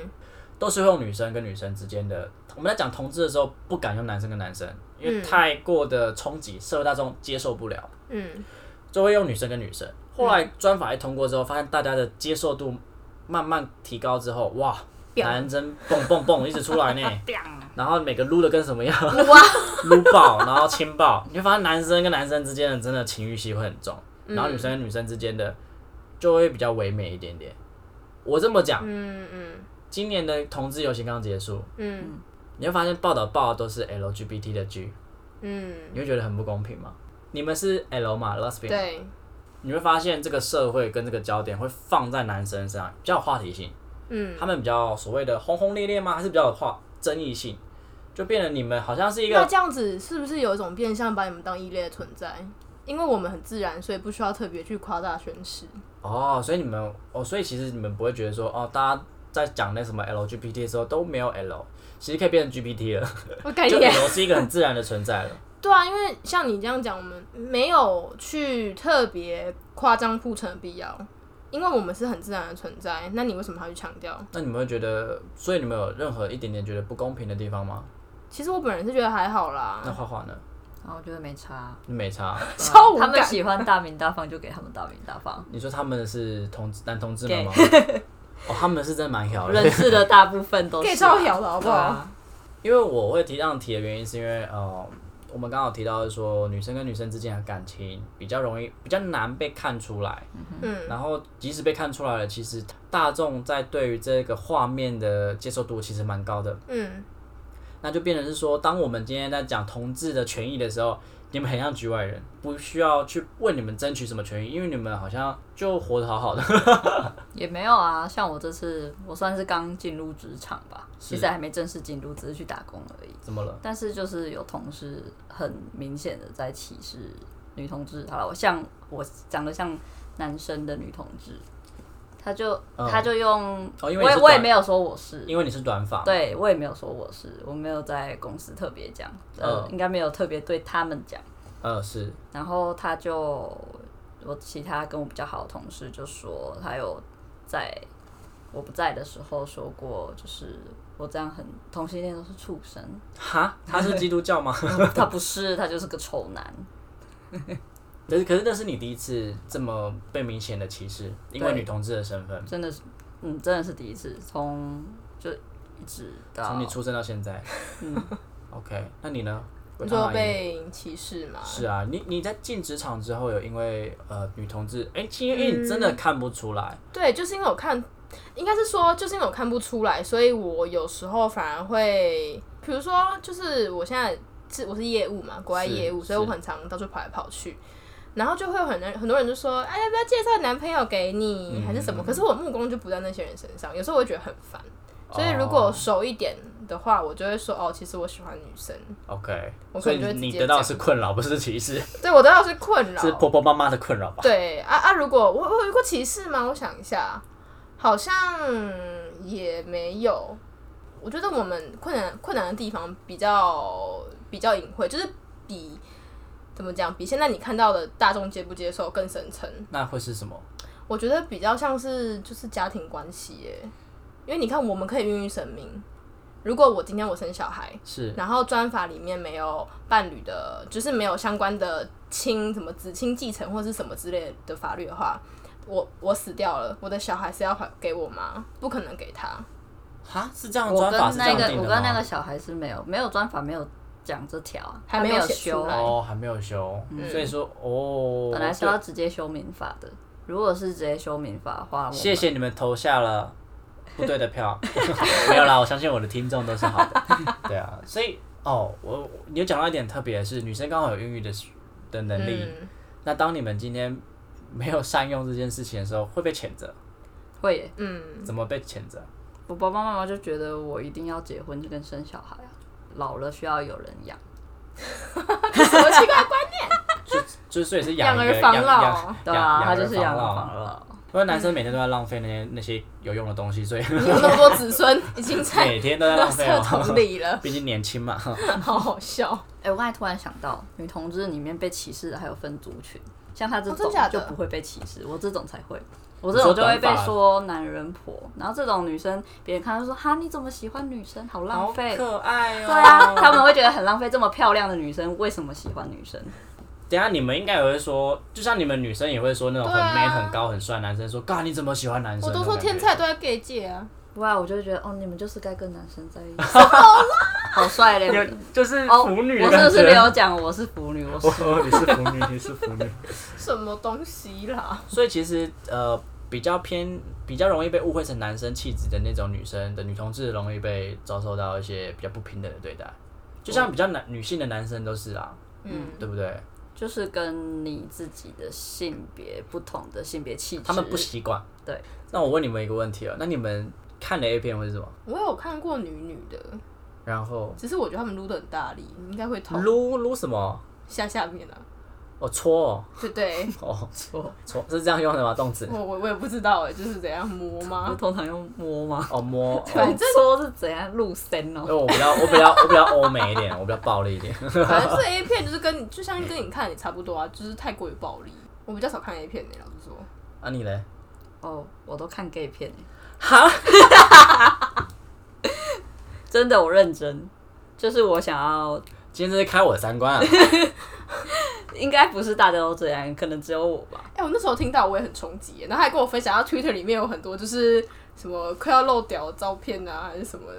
Speaker 2: 都是会用女生跟女生之间的。我们在讲同志的时候，不敢用男生跟男生，因为
Speaker 3: 嗯
Speaker 2: 太过的冲击，社会大众接受不了。
Speaker 3: 嗯，
Speaker 2: 就会用女生跟女生。后来专法一通过之后，发现大家的接受度慢慢提高之后，哇，
Speaker 3: 表
Speaker 2: 男生蹦蹦蹦一直出来呢，然后每个撸的跟什么样，
Speaker 3: 哇，
Speaker 2: 撸爆，然后亲爆，你会发现男生跟男生之间的真的情欲戏会很重，然后女生跟女生之间的就会比较唯美一点点。我这么讲，
Speaker 3: 嗯嗯
Speaker 2: 今年的同志游行刚结束，
Speaker 3: 嗯
Speaker 2: 你会发现报道报的都是 LGBT 的 G，
Speaker 3: 嗯，
Speaker 2: 你会觉得很不公平吗？你们是 L 嘛，lesbian，
Speaker 3: 对，
Speaker 2: 你会发现这个社会跟这个焦点会放在男生身上，比较有话题性，
Speaker 3: 嗯，
Speaker 2: 他们比较所谓的轰轰烈烈吗？还是比较有话争议性，就变得你们好像是一
Speaker 3: 那
Speaker 2: 个
Speaker 3: 这样子是不是有一种变相把你们当异类的存在？因为我们很自然，所以不需要特别去夸大宣誓。
Speaker 2: 哦，所以你们哦，所以其实你们不会觉得说哦，大家在讲那什么 LGBT 的时候都没有 L，其实可以变成 GPT 了，
Speaker 3: 我感
Speaker 2: 就
Speaker 3: 觉
Speaker 2: L 是一个很自然的存在了。
Speaker 3: 对啊，因为像你这样讲，我们没有去特别夸张铺陈的必要，因为我们是很自然的存在。那你为什么还要去强调？
Speaker 2: 那你们会觉得，所以你们有任何一点点觉得不公平的地方吗？
Speaker 3: 其实我本人是觉得还好啦
Speaker 2: 那，画画呢？
Speaker 4: 然后我觉得没差，
Speaker 2: 你没差。啊
Speaker 3: 超无
Speaker 4: 他
Speaker 3: 感
Speaker 4: 们喜欢大名大放就给他们大名大放，
Speaker 2: 你说他们是同男同志们吗？哦，他们是真的蛮小的。
Speaker 4: 认识的大部分都是啊
Speaker 3: gay 超屌的好不好
Speaker 4: 对啊
Speaker 2: 因为我会提这样提的原因，是因为呃，我们刚好提到的说，女生跟女生之间的感情比较容易，比较难被看出来。
Speaker 3: 嗯，
Speaker 2: 然后即使被看出来了，其实大众在对于这个画面的接受度其实蛮高的。
Speaker 3: 嗯，
Speaker 2: 那就变成是说，当我们今天在讲同志的权益的时候，你们很像局外人，不需要去为你们争取什么权益，因为你们好像就活得好好的。
Speaker 4: 也没有啊，像我这次我算是刚进入职场吧，其实还没正式进入，只是去打工而已。
Speaker 2: 怎么了？
Speaker 4: 但是就是有同事很明显的在歧视女同志，好了，我像我长得像男生的女同志，他就、
Speaker 2: 嗯
Speaker 4: 他就用，
Speaker 2: 哦因为
Speaker 4: 我
Speaker 2: 你
Speaker 4: 也
Speaker 2: 是
Speaker 4: 我也
Speaker 2: 短
Speaker 4: 没有说我是，
Speaker 2: 因为你是短发，
Speaker 4: 对我也没有说我是，我没有在公司特别讲，呃，
Speaker 2: 嗯
Speaker 4: 应该没有特别对他们讲。
Speaker 2: 呃，是，
Speaker 4: 然后他就我其他跟我比较好的同事就说，他有在我不在的时候说过，就是我这样很同性恋都是畜生，
Speaker 2: 哈，他是基督教吗？
Speaker 4: 他不是，他就是个丑男。
Speaker 2: 可是可是那是你第一次这么被明显的歧视，因为
Speaker 4: 对
Speaker 2: 女同志的身份，
Speaker 4: 真的是，嗯，真的是第一次，从就一直到
Speaker 2: 从你出生到现在。OK，那你呢？
Speaker 3: 你说
Speaker 2: 阿姨
Speaker 3: 被歧视吗？
Speaker 2: 是啊，你你在进职场之后有因为呃女同志，哎、
Speaker 3: 嗯
Speaker 2: 因为你真的看不出来，
Speaker 3: 对，就是因为我看，应该是说，就是因为我看不出来，所以我有时候反而会，比如说，就是我现在是我是业务嘛，国外
Speaker 2: 是
Speaker 3: 业务，所以我
Speaker 2: 是
Speaker 3: 很常到处跑来跑去。然后就会有很多人很多人就说，哎，要不要介绍男朋友给你，
Speaker 2: 嗯
Speaker 3: 还是什么？可是我目光就不在那些人身上，有时候我会觉得很烦。所以如果
Speaker 2: 哦
Speaker 3: 熟一点的话，我就会说，哦，其实我喜欢女生。
Speaker 2: OK，
Speaker 3: 我可
Speaker 2: 所以
Speaker 3: 能就会直
Speaker 2: 你
Speaker 3: 接
Speaker 2: 得到的
Speaker 3: 讲
Speaker 2: 是困扰，不是歧视，
Speaker 3: 对我都要是困扰，
Speaker 2: 是婆婆妈妈的困扰吧？
Speaker 3: 对啊啊！如果我我有过歧视吗？我想一下，好像也没有。我觉得我们困难困难的地方比较比较隐晦，就是比怎么讲，比现在你看到的大众接不接受更深层。
Speaker 2: 那会是什么？
Speaker 3: 我觉得比较像是就是家庭关系耶，因为你看我们可以孕育生命。如果我今天我生小孩，
Speaker 2: 是
Speaker 3: 然后专法里面没有伴侣的，就是没有相关的亲什么子亲继承或是什么之类的法律的话，我我死掉了，我的小孩是要还给我妈，不可能给他。
Speaker 2: 哈，是这样
Speaker 4: 我
Speaker 2: 专
Speaker 4: 跟
Speaker 2: 法是这
Speaker 4: 那
Speaker 2: 样
Speaker 4: 个
Speaker 2: 定
Speaker 4: 我
Speaker 2: 的
Speaker 4: 跟那
Speaker 2: 吗
Speaker 4: 个？小孩是没有没有专法没有讲这条啊，
Speaker 3: 还
Speaker 4: 他
Speaker 3: 没有
Speaker 4: 有
Speaker 3: 写出
Speaker 4: 修
Speaker 3: 来
Speaker 2: 哦，还没有修，
Speaker 3: 嗯
Speaker 2: 所以说哦，
Speaker 4: 本来是
Speaker 2: 对
Speaker 4: 要直接修民法的。如果是直接修民法的话，我们
Speaker 2: 谢谢你们投下 了不对的票， 没有啦，我相信我的听众都是好的， 对啊，所以哦，我你有讲到一点特别的是，女生刚好有孕育的的能力，
Speaker 3: 嗯，
Speaker 2: 那当你们今天没有善用这件事情的时候，会被谴责，
Speaker 4: 会耶。
Speaker 3: 嗯，
Speaker 2: 怎么被谴责？
Speaker 4: 我爸爸妈妈就觉得我一定要结婚跟生小孩啊，老了需要有人养。
Speaker 3: 什么奇怪的观念？
Speaker 2: 就所以是
Speaker 3: 养
Speaker 2: 一个
Speaker 3: 儿防
Speaker 2: 养
Speaker 3: 老
Speaker 2: 养
Speaker 4: 对啊，
Speaker 2: 养
Speaker 4: 他
Speaker 2: 儿
Speaker 4: 就是
Speaker 2: 防
Speaker 4: 养
Speaker 2: 老
Speaker 4: 防老。
Speaker 2: 因为男生每天都在浪费那些那些有用的东西，所 以
Speaker 3: 你有那么多子孙已经在
Speaker 2: 每天都在
Speaker 3: 垃
Speaker 2: 浪费
Speaker 3: 圾桶
Speaker 2: 哦。
Speaker 3: 里了，
Speaker 2: 毕竟年轻嘛，
Speaker 3: 好好 笑。
Speaker 4: 哎、我刚才突然想到，女同志里面被歧视的还有分族群，像她这
Speaker 3: 哦真
Speaker 4: 种
Speaker 3: 假的
Speaker 4: 就不会被歧视，我这种才会，我
Speaker 2: 你
Speaker 4: 这种
Speaker 2: 说
Speaker 4: 就会被
Speaker 2: 短发
Speaker 4: 说男人婆，然后这种女生别人看就说哈你怎么喜欢女生，好浪费。
Speaker 2: 可爱哦。
Speaker 4: 对啊， 他们会觉得很浪费，这么漂亮的女生为什么喜欢女生？
Speaker 2: 等一下你们应该也会说，就像你们女生也会说那种很
Speaker 3: 对啊
Speaker 2: man、很高、很帅的男生说，嘎你怎么喜欢男生？
Speaker 3: 我都说
Speaker 2: 那种感
Speaker 3: 天
Speaker 2: 觉
Speaker 3: 菜都在 gay 界啊，
Speaker 4: 不然我就会觉得哦，你们就是该跟男生在一起， 好帅嘞！
Speaker 2: 有就是
Speaker 4: 哦，
Speaker 2: 腐女
Speaker 4: 我
Speaker 2: 的
Speaker 4: 是
Speaker 2: 感
Speaker 4: 不是没
Speaker 2: 觉。
Speaker 4: 有讲我是腐女？我是
Speaker 2: 哦，你是腐女，你是腐女。
Speaker 3: 什么东西啦？
Speaker 2: 所以其实呃，比较偏比较容易被误会成男生气质的那种女生的女同志，容易被遭受到一些比较不平等的对待。就像比较男女性的男生都是啦，
Speaker 3: 嗯，
Speaker 2: 对不对？
Speaker 4: 就是跟你自己的性别不同的性别气质，
Speaker 2: 他们不啊习惯。
Speaker 4: 对，
Speaker 2: 那我问你们一个问题哦，那你们看的 A 片会是什么？
Speaker 3: 我有看过女女的，
Speaker 2: 然后
Speaker 3: 只是我觉得他们撸的很大力，你应该会痛
Speaker 2: 撸撸什么？
Speaker 3: 下下面啊，
Speaker 2: 哦，搓
Speaker 3: 对对。
Speaker 2: 哦，哦，
Speaker 4: 错。
Speaker 2: 搓是这样用的吗？动词？
Speaker 3: 我我我也不知道哎，就是怎样摸
Speaker 4: 我
Speaker 3: 吗？
Speaker 4: 通常用摸吗？
Speaker 2: 哦，摸。
Speaker 3: 反
Speaker 2: 哦
Speaker 3: 正
Speaker 4: 说是怎样入森
Speaker 2: 因
Speaker 4: 哦
Speaker 2: 为。我比较我比较我比较欧美一点，我比较暴力一点。
Speaker 3: 反正是 A 片，就是跟你就像跟你看也差不多啊，就是太过于暴力。我比较少看 A 片呢、老实说。
Speaker 2: 啊，你嘞？
Speaker 4: 哦，我都看 gay 片欸，
Speaker 2: 哈，
Speaker 4: 真的，我认真。就是我想要，
Speaker 2: 今天真是开我的三 观啊！
Speaker 4: 应该不是大家都这样，可能只有我吧。
Speaker 3: 哎、我那时候听到我也很冲击耶，然后还跟我分享，他 Twitter 里面有很多就是什么快要漏屌的照片啊，还是什么的。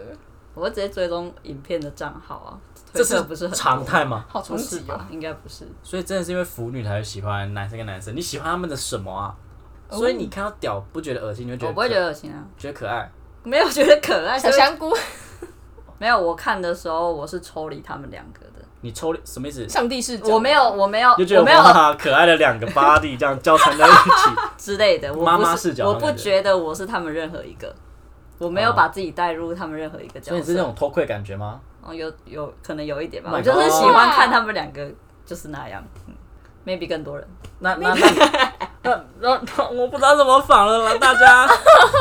Speaker 4: 我会直接追踪影片的账号啊。
Speaker 2: 这
Speaker 4: 推
Speaker 2: 是
Speaker 4: 特不是很
Speaker 2: 常态嘛？
Speaker 3: 好
Speaker 4: 不
Speaker 3: 冲击
Speaker 4: 是
Speaker 3: 哦
Speaker 4: 吧？。应该不是。
Speaker 2: 所以真的是因为腐女才会喜欢男生跟男生，你喜欢他们的什么啊？所以你看到屌不觉得恶心，你会觉得
Speaker 4: 哦我不会
Speaker 2: 可
Speaker 4: 觉得恶心啊，
Speaker 2: 觉得可爱。
Speaker 4: 没有觉得可爱。
Speaker 3: 小
Speaker 4: 就是
Speaker 3: 香菇，
Speaker 4: 没有，我看的时候我是抽离他们两个的，
Speaker 2: 你抽什么意 思？
Speaker 3: 上帝视角，
Speaker 4: 我没有，我没有，
Speaker 2: 就觉得
Speaker 4: 我没有
Speaker 2: 哇，可爱的两个 body 这样交缠在一 起，
Speaker 4: 之类的。我不
Speaker 2: 妈妈
Speaker 4: 是
Speaker 2: 视角
Speaker 4: 我
Speaker 2: 那
Speaker 4: 不
Speaker 2: 感觉
Speaker 4: 觉得我是他们任何一个，我没有
Speaker 2: 哦
Speaker 4: 把自己带入他们任何一个角
Speaker 2: 所以你是
Speaker 4: 色。
Speaker 2: 那种偷窥感觉吗？
Speaker 4: 哦，有有可能有一点吧，
Speaker 2: My
Speaker 4: 我就是
Speaker 2: God
Speaker 4: 喜欢看他们两个就是那样、嗯、，maybe 更多人。
Speaker 2: 那那那那 那那，我不知道怎么仿了啦，大家。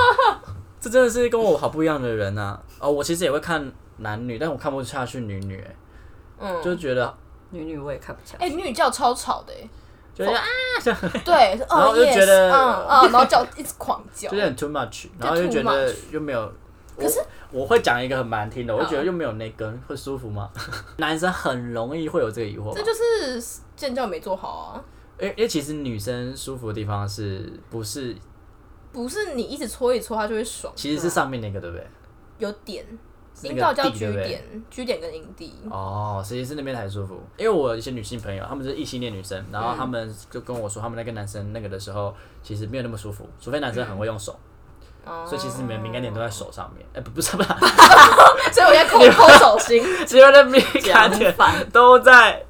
Speaker 2: 这真的是跟我好不一样的人呐、啊！哦，我其实也会看男女，但我看不下去女女、欸
Speaker 3: 嗯，
Speaker 2: 就觉得
Speaker 4: 女女我也看不起来，
Speaker 3: 哎，女女叫超吵 的欸，
Speaker 2: 就觉得啊，
Speaker 3: 对，是
Speaker 2: 然后
Speaker 3: 哦
Speaker 2: 就
Speaker 3: yes，
Speaker 2: 觉得
Speaker 3: 嗯嗯，然后叫一直狂叫
Speaker 2: 就，是很 too much，然后
Speaker 3: 就
Speaker 2: 又
Speaker 3: too
Speaker 2: 觉得又没有。可是嗯我会讲一个很难听的，我就觉得又没有那根，会舒服吗？ 男生很容易会有这个疑惑吧，
Speaker 3: 这就是建教没做好啊，
Speaker 2: 因为因为其实女生舒服的地方是不是
Speaker 3: 不是你一直搓一搓它就会爽，
Speaker 2: 其实是上面那个对不啊对？
Speaker 3: 有点，
Speaker 2: 是
Speaker 3: 阴
Speaker 2: 那
Speaker 3: 道
Speaker 2: 个
Speaker 3: 叫
Speaker 2: 地对
Speaker 3: G
Speaker 2: 不对？
Speaker 3: 点，G 点跟阴蒂，
Speaker 2: 哦，其实是那边才舒服，因为我有一些女性朋友，她们是异性恋女生，然
Speaker 3: 嗯
Speaker 2: 后她们就跟我说，她们在跟男生那个的时候，其实没有那么舒服，除非男生很会用手，
Speaker 3: 哦
Speaker 2: 所以其实你们敏感点都在手上面，哎、不不是不是，
Speaker 3: 所以我在 抠抠手心，
Speaker 2: 只有的敏感点
Speaker 4: 讲反
Speaker 2: 都在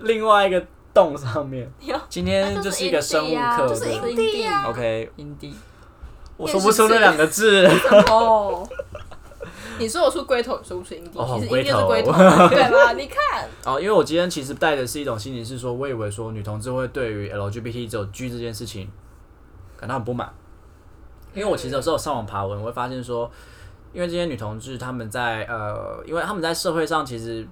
Speaker 2: 另外一个洞上面
Speaker 3: 有。啊
Speaker 2: 今天就是一个生物课，
Speaker 3: 就是
Speaker 2: 对
Speaker 3: 阴蒂啊
Speaker 2: OK，
Speaker 4: 阴蒂
Speaker 2: 我说不出那两个字，
Speaker 4: 哦，
Speaker 3: 你说我出龟头，你说不出阴蒂，
Speaker 2: 哦
Speaker 3: 其实阴蒂就是
Speaker 2: 龟
Speaker 3: 龟
Speaker 2: 头
Speaker 3: 头，啊对吧？你看，
Speaker 2: 哦，因为我今天其实带的是一种心情，是说我以为说女同志会对于 LGBT 只有 G 这件事情感到很不满，因为我其实有时候上网爬文，我会发现说，因为这些女同志她们在呃，因为她们在社会上其实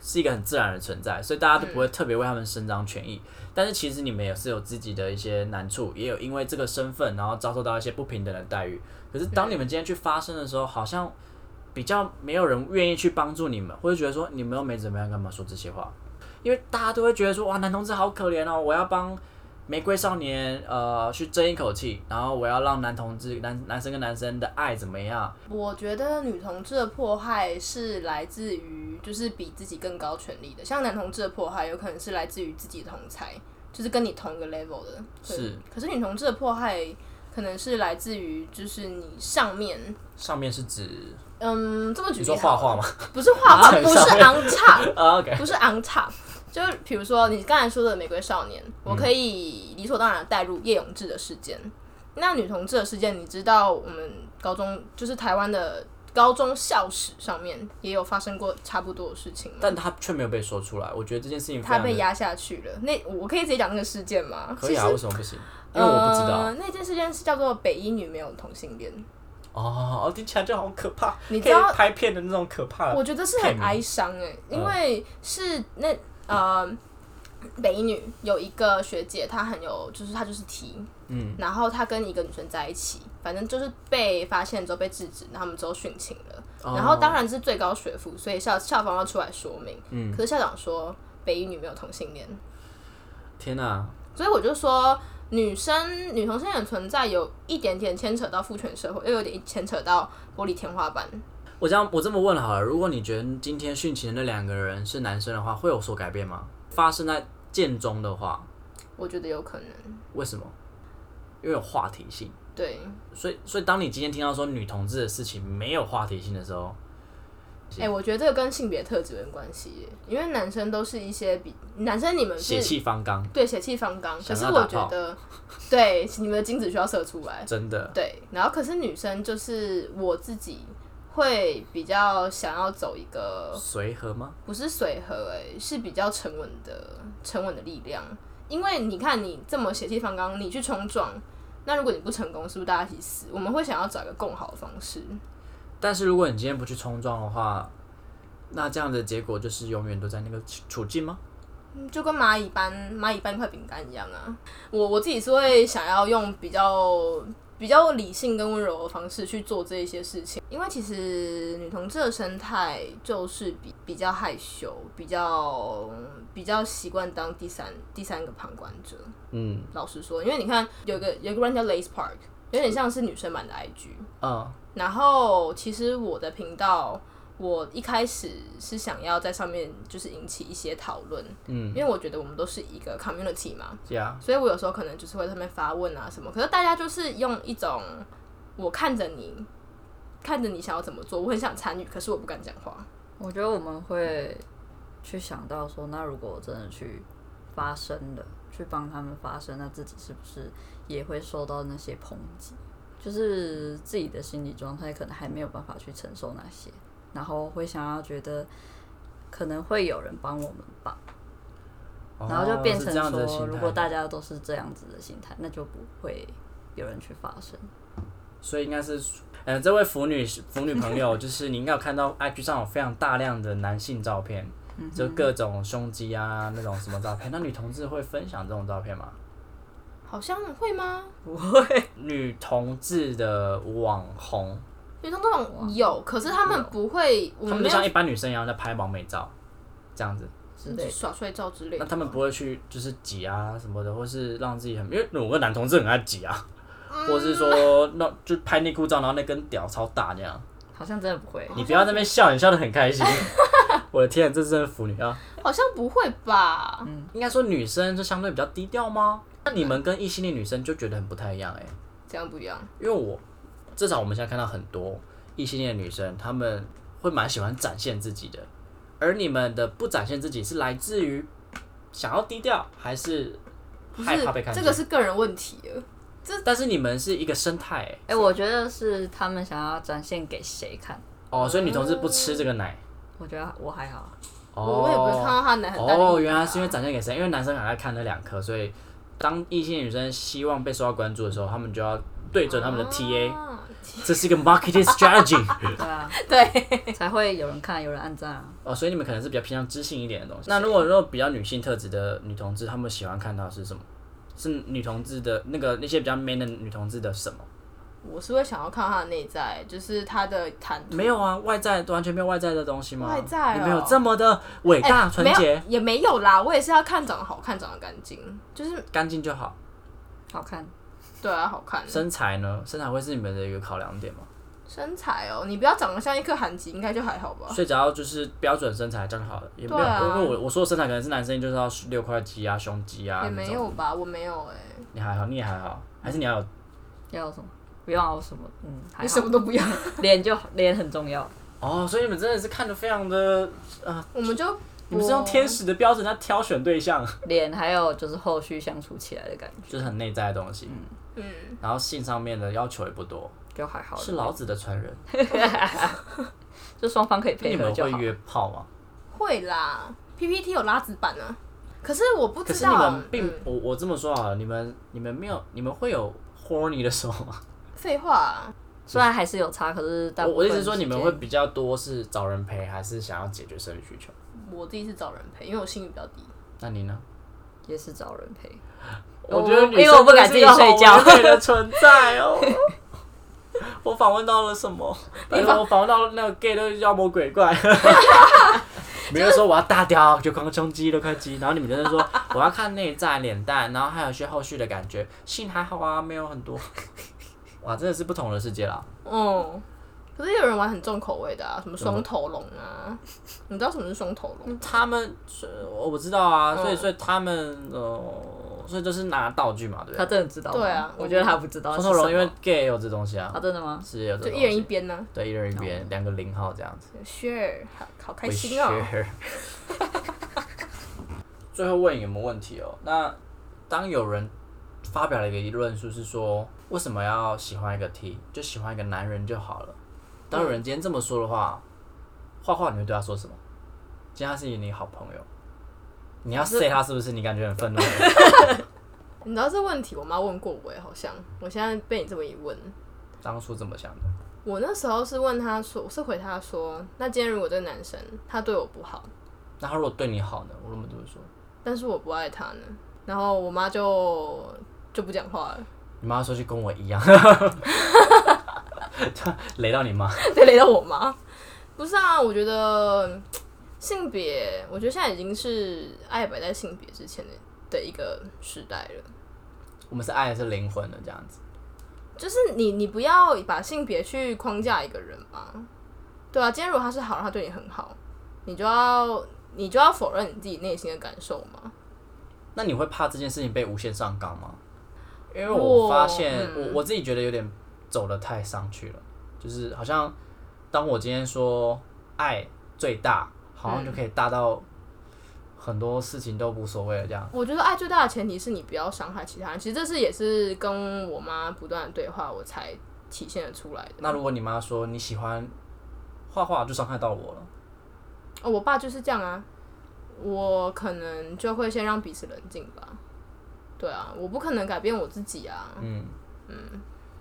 Speaker 2: 是一个很自然的存在，所以大家都不会特别为她们伸张权益。但是其实你们也是有自己的一些难处，也有因为这个身份，然后遭受到一些不平等的待遇。可是当你们今天去发声的时候，好像比较没有人愿意去帮助你们，或者觉得说你们又没怎么样，干嘛说这些话？因为大家都会觉得说哇，男同志好可怜哦，我要帮玫瑰少年呃去争一口气，然后我要让男同志男男生跟男生的爱怎么样？
Speaker 3: 我觉得女同志的迫害是来自于就是比自己更高权力的，像男同志的迫害有可能是来自于自己的同才，就是跟你同一个 level 的。对
Speaker 2: 是。
Speaker 3: 可是女同志的迫害可能是来自于就是你上面，
Speaker 2: 上面是指
Speaker 3: 嗯，这么
Speaker 2: 你
Speaker 3: 举例
Speaker 2: 说
Speaker 3: 好
Speaker 2: 画画
Speaker 3: 了
Speaker 2: 吗
Speaker 3: 不是画 画，
Speaker 2: 上
Speaker 3: 不是昂 差，
Speaker 2: 啊？OK，
Speaker 3: 不是昂差。就是比如说你刚才说的《玫瑰少年》，我
Speaker 2: 嗯
Speaker 3: 可以理所当然地带入叶永志的事件。那女同志的事件，你知道我们高中就是台湾的高中校史上面也有发生过差不多的事情吗？
Speaker 2: 但他却没有被说出来，我觉得这件事情非
Speaker 3: 他
Speaker 2: 常
Speaker 3: 被
Speaker 2: 的
Speaker 3: 压下去了。那我可以直接讲那个事件吗？
Speaker 2: 可以啊，
Speaker 3: 其
Speaker 2: 为
Speaker 3: 实
Speaker 2: 什么不行？因为我不知道
Speaker 3: 呃，那件事件是叫做北一女没有同性恋，
Speaker 2: 哦，哦听起来就好可怕，
Speaker 3: 你知道
Speaker 2: 可以拍片的那种可怕
Speaker 3: 我觉得是很哀伤哎、因为是那呃北一女有一个学姐，她很有就是她就是 T，嗯，然后她跟一个女生在一起，反正就是被发现之后被制止，然后他们之后殉情了。
Speaker 2: 哦
Speaker 3: 然后当然是最高学府，所以校校方要出来说明。嗯，可是校长说北一女没有同性恋，
Speaker 2: 天哪、
Speaker 3: 所以我就说，女生女同性恋的存在有一点点牵扯到父权社会，又有点牵扯到玻璃天花板。
Speaker 2: 我这样我这么问好了，如果你觉得今天殉情的那两个人是男生的话，会有所改变吗？发生在剑中的话，
Speaker 3: 我觉得有可能，
Speaker 2: 为什么？因为有话题性，
Speaker 3: 对，
Speaker 2: 所以所以当你今天听到说女同志的事情没有话题性的时候，
Speaker 3: 哎、我觉得这个跟性别特质有点关系耶，因为男生都是一些比男生你们
Speaker 2: 血
Speaker 3: 是
Speaker 2: 气方刚，
Speaker 3: 对血气方刚，可
Speaker 2: 想
Speaker 3: 是
Speaker 2: 要
Speaker 3: 我
Speaker 2: 打炮
Speaker 3: 觉得对你们的精子需要射出来，
Speaker 2: 真的
Speaker 3: 对，然后可是女生就是我自己会比较想要走一个
Speaker 2: 随和吗？
Speaker 3: 不是随和、哎，是比较沉稳的沉稳的力量，因为你看你这么血气方刚，你去冲撞。那如果你不成功，是不是大家一起死？我们会想要找一个更好的方式。
Speaker 2: 但是如果你今天不去冲撞的话，那这样的结果就是永远都在那个处处境吗？
Speaker 3: 就跟蚂蚁搬蚂蚁搬一块饼干一样啊。我我自己是会想要用比较比较理性跟温柔的方式去做这一些事情，因为其实女同志的生态就是比比较害羞，比较比较习惯当第三第三个旁观者。
Speaker 2: 嗯
Speaker 3: 老实说，因为你看有个有个人叫 Lace Park，有点像是女生版的 IG。
Speaker 2: 嗯，
Speaker 3: 然后其实我的频道，我一开始是想要在上面就是引起一些讨论，嗯，因为我觉得我们都是一个 community 嘛，
Speaker 2: 对啊，
Speaker 3: 所以我有时候可能就是会在上面发问啊什么，可是大家就是用一种我看着你，看着你想要怎么做，我很想参与，可是我不敢讲话。
Speaker 4: 我觉得我们会去想到说，那如果我真的去发声了，去帮他们发声，那自己是不是也会受到那些抨击？就是自己的心理状态可能还没有办法去承受那些，然后会想要觉得可能会有人帮我们吧，
Speaker 2: 哦
Speaker 4: 然后就变成
Speaker 2: 是这样子的
Speaker 4: 说，
Speaker 2: 心态
Speaker 4: 如果大家都是这样子的心态，那就不会有人去发声。
Speaker 2: 所以应该是，呃，这位腐女腐女朋 友，就是你应该有看到 IG 上有非常大量的男性照片，
Speaker 3: 嗯
Speaker 2: 就各种胸肌啊那种什么照片。那女同志会分享这种照片吗？
Speaker 3: 好像会吗？
Speaker 2: 女同志的网红，
Speaker 3: 女生这种有，可是他们不会，我
Speaker 2: 她
Speaker 3: 们
Speaker 2: 们
Speaker 3: 没
Speaker 2: 就像一
Speaker 3: 有
Speaker 2: 般女生一样在拍完美照，这样子。
Speaker 4: 之类的
Speaker 3: 耍帅照之类
Speaker 2: 那
Speaker 3: 的。
Speaker 2: 他们不会去就是挤啊什么的，或是让自己很，因为我个男同志很爱挤啊，
Speaker 3: 嗯
Speaker 2: 或是说那就拍内裤照，然后那根屌超大那样。
Speaker 4: 好像真的不会，
Speaker 2: 你不要在那边笑，你笑得很开 心。我的天，这真的腐女啊！
Speaker 3: 好像不会吧？
Speaker 2: 应该说女生就相对比较低调吗？那你们跟异性恋女生就觉得很不太一样哎、
Speaker 3: 这样不一样。
Speaker 2: 因为我至少我们现在看到很多异性恋女生，她们会蛮喜欢展现自己的，而你们的不展现自己是来自于想要低调，还是
Speaker 3: 不
Speaker 2: 害怕被看
Speaker 3: 是，
Speaker 2: 见？
Speaker 3: 这个是个人问题了。
Speaker 2: 但是你们是一个生态、欸、
Speaker 4: 哎、我觉得是他们想要展现给谁看。
Speaker 2: 哦，所以女同志不吃这个奶。
Speaker 4: 我觉得我还好，
Speaker 2: 哦，
Speaker 3: 我也不是看到她奶很大力啊
Speaker 2: 哦，原来是因为展现给谁？因为男生很爱看那两颗，所以当异性女生希望被受到关注的时候，他们就要对准他们的 TA，、
Speaker 3: 啊
Speaker 2: 这是一个 marketing strategy。
Speaker 4: 对啊，
Speaker 3: 对，
Speaker 4: 才会有人看，有人按赞啊。
Speaker 2: 哦，所以你们可能是比较偏向知性一点的东西。那如果说比较女性特质的女同志，她们喜欢看到的是什么？是女同志的那个那些比较 man 的女同志的什么？
Speaker 3: 我是会想要看她的内在，就是她的谈吐
Speaker 2: 没有啊，外在完全没有外在的东西吗？
Speaker 3: 外在哦
Speaker 2: 你没有这么的伟
Speaker 3: 哎
Speaker 2: 大、纯
Speaker 3: 没
Speaker 2: 洁
Speaker 3: 有、也没有啦，我也是要看长得好看，长得干净，就是
Speaker 2: 干净就好。
Speaker 4: 好看，
Speaker 3: 对啊，好看。
Speaker 2: 身材呢？身材会是你们的一个考量点吗？
Speaker 3: 身材哦，你不要长得像一颗韩籍，应该就还好吧？
Speaker 2: 所以只要就是标准身材这样就好了，也没有。
Speaker 3: 对啊
Speaker 2: 因为我我说的身材可能是男生就是要六块肌啊、胸肌啊，
Speaker 3: 也
Speaker 2: 那
Speaker 3: 没
Speaker 2: 种。
Speaker 3: 有吧，我没有哎、
Speaker 2: 你还好，你也还好，还是你要有
Speaker 4: 要什么？不要我什么？嗯，还
Speaker 3: 你
Speaker 4: 好
Speaker 3: 什么都不要，
Speaker 4: 脸就好脸很重要。
Speaker 2: 哦。所以你们真的是看的非常的，
Speaker 3: 我们就
Speaker 2: 啊你们是用天使的标准在挑选对象，
Speaker 4: 脸还有就是后续相处起来的感觉，
Speaker 2: 就是很内在的东西。
Speaker 3: 嗯，
Speaker 2: 然后性上面的要求也不多，
Speaker 4: 就还好了。
Speaker 2: 是老子的传人。
Speaker 4: 就双方可以
Speaker 2: 那你
Speaker 4: 配合
Speaker 2: 们
Speaker 4: 就
Speaker 2: 会
Speaker 4: 好。
Speaker 2: 约炮吗？
Speaker 3: 会啦。PPT 有拉直板啊，可是我不
Speaker 2: 可
Speaker 3: 知
Speaker 2: 是你
Speaker 3: 道
Speaker 2: 们，并
Speaker 3: 嗯
Speaker 2: 我我这么说好了，你们你们没有你们会有 horny 的时候吗？
Speaker 3: 废话啊、
Speaker 4: 虽然还是有差，可是大
Speaker 2: 我
Speaker 4: 部分
Speaker 2: 我的意思是说你们会
Speaker 4: 时间
Speaker 2: 比较多是找人陪，还是想要解决生理需求？
Speaker 3: 我自己是找人陪，因为我性欲比较低。
Speaker 2: 那你呢？
Speaker 4: 也是找人配。
Speaker 2: 哦我
Speaker 4: 我
Speaker 2: 觉得女生
Speaker 4: 因为我不敢
Speaker 2: 真的是一个
Speaker 4: 自己睡觉
Speaker 2: 好完美的存在哦。 我访问到了什么？反正我访问到那个 gay 都是妖魔鬼 怪。没有说我要大雕，就光胸肌、六块肌，然后你们就是说我要看内在、脸蛋，然后还有一些后续的感觉，性还好啊，没有很多。哇，真的是不同的世界啦。
Speaker 3: 哦，可是有人玩很重口味的啊，什么双头龙啊，你知道什么是双头龙？
Speaker 2: 他们，所以我不知道啊，所以
Speaker 3: 嗯
Speaker 2: 所以他们呃，所以就是拿道具嘛，对不
Speaker 4: 他
Speaker 2: 对？
Speaker 4: 真的知道吗？
Speaker 3: 对啊
Speaker 4: 我觉得他不知道是
Speaker 2: 双
Speaker 4: 什
Speaker 2: 头龙
Speaker 4: 么。
Speaker 2: 因为 gay 也有这东西啊
Speaker 4: 啊，，真的吗？
Speaker 2: 是也有这
Speaker 3: 就
Speaker 2: 东西。
Speaker 3: 一人一边呢、
Speaker 2: 对，一人一边，两个零号这样子。
Speaker 3: Sure，好好哦开
Speaker 2: We
Speaker 3: 心哦、
Speaker 2: share 最后问你们问题哦，那当有人发表了一个论述是说，为什么要喜欢一个 T，就喜欢一个男人就好了？当有人今天这么说的话，画画你会对他说什么？今天他是你好朋友，你要 say 他是不是？你感觉很愤 怒？
Speaker 3: 你知道这问题我妈问过我耶，好像我现在被你这么一问，
Speaker 2: 当初怎么想的？
Speaker 3: 我那时候是问她说，我是回她说，那今天如果这个男生他对我不好，
Speaker 2: 那他如果对你好呢？我怎么怎么说？
Speaker 3: 但是我不爱他呢，然后我妈就就不讲话了，
Speaker 2: 你妈说就跟我一 样， 雷到你妈。
Speaker 3: 对，雷到我妈。不是啊，我觉得性别，我觉得现在已经是爱摆在性别之前的的一个时代了。
Speaker 2: 我们是爱的是灵魂的这样子。
Speaker 3: 就是你，你不要把性别去框架一个人嘛。对啊，今天如果他是好，然后他对你很好，你就要你就要否认你自己内心的感受嘛。
Speaker 2: 那你会怕这件事情被无限上纲吗？因为
Speaker 3: 我
Speaker 2: 我发现我
Speaker 3: 哦嗯
Speaker 2: 我自己觉得有点走的太上去了，就是好像当我今天说爱最大，好
Speaker 3: 嗯
Speaker 2: 像就可以大到很多事情都无所谓了这样。
Speaker 3: 我觉得爱最大的前提是你不要伤害其他人。其实这是也是跟我妈不断的对话，我才体现的出来的。
Speaker 2: 那如果你妈说你喜欢画画，就伤害到我了，
Speaker 3: 哦，我爸就是这样啊，我可能就会先让彼此冷静吧。对啊，我不可能改变我自己啊，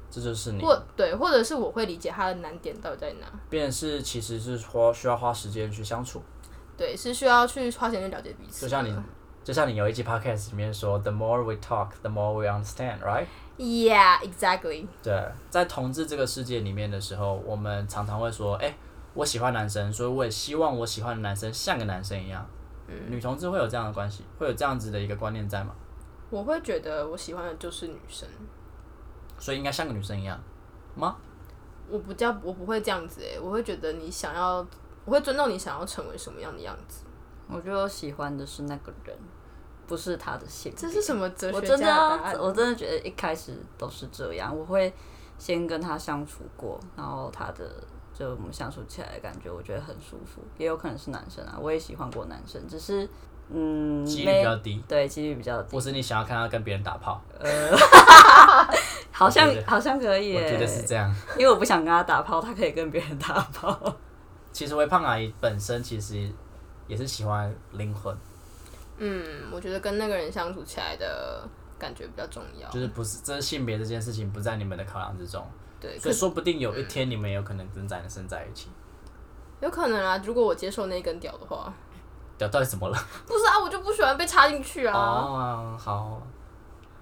Speaker 2: 这就是你。
Speaker 3: 或对，或者是我会理解他的难点到底在哪。
Speaker 2: 变成是其实是花需要花时间去相处，
Speaker 3: 对，是需要去花钱去了解彼此
Speaker 2: 就
Speaker 3: 的。
Speaker 2: 像你。就像你有一集 podcast 里面说，the more we talk, the more we understand, right？
Speaker 3: Yeah, exactly.
Speaker 2: 对，在同志这个世界里面的时候，我们常常会说，哎、我喜欢男生，所以我也希望我喜欢的男生像个男生一样。
Speaker 3: 嗯
Speaker 2: 女同志会有这样的关系，会有这样子的一个观念在嘛？
Speaker 3: 我会觉得我喜欢的就是女生，
Speaker 2: 所以应该像个女生一样吗？
Speaker 3: 我不叫我不会这样子诶、我会觉得你想要，我会尊重你想要成为什么样的样子。
Speaker 4: 我就喜欢的是那个人，不是他的性别。
Speaker 3: 这是什么哲
Speaker 4: 我
Speaker 3: 学
Speaker 4: 真
Speaker 3: 家
Speaker 4: 的
Speaker 3: 的答
Speaker 4: 要
Speaker 3: 案？
Speaker 4: 我真的觉得一开始都是这样，我会先跟他相处过，然后他的就我们相处起来的感觉，我觉得很舒服。也有可能是男生啊，我也喜欢过男生，只是嗯，
Speaker 2: 几率
Speaker 4: 没
Speaker 2: 比较低，
Speaker 4: 对，几率比较低
Speaker 2: 或，是你想要看她跟别人打炮？
Speaker 4: 好像
Speaker 2: 我觉得
Speaker 4: 好像可以
Speaker 2: 我
Speaker 4: 耶，
Speaker 2: 觉得是这样。
Speaker 4: 因为我不想跟他打炮，他可以跟别人打炮。
Speaker 2: 其实微胖阿姨本身其实也是喜欢灵魂，
Speaker 3: 嗯，我觉得跟那个人相处起来的感觉比较重要。
Speaker 2: 就是不是这性别这件事情不在你们的考量之中，
Speaker 3: 对，
Speaker 2: 所
Speaker 3: 可
Speaker 2: 以
Speaker 3: 是嗯
Speaker 2: 说不定有一天你们有可能跟男生在一起。
Speaker 3: 有可能啊，如果我接受那根屌的话，
Speaker 2: 对，到底怎么了？
Speaker 3: 不是啊，我就不喜欢被插进去啊。
Speaker 2: 哦，好，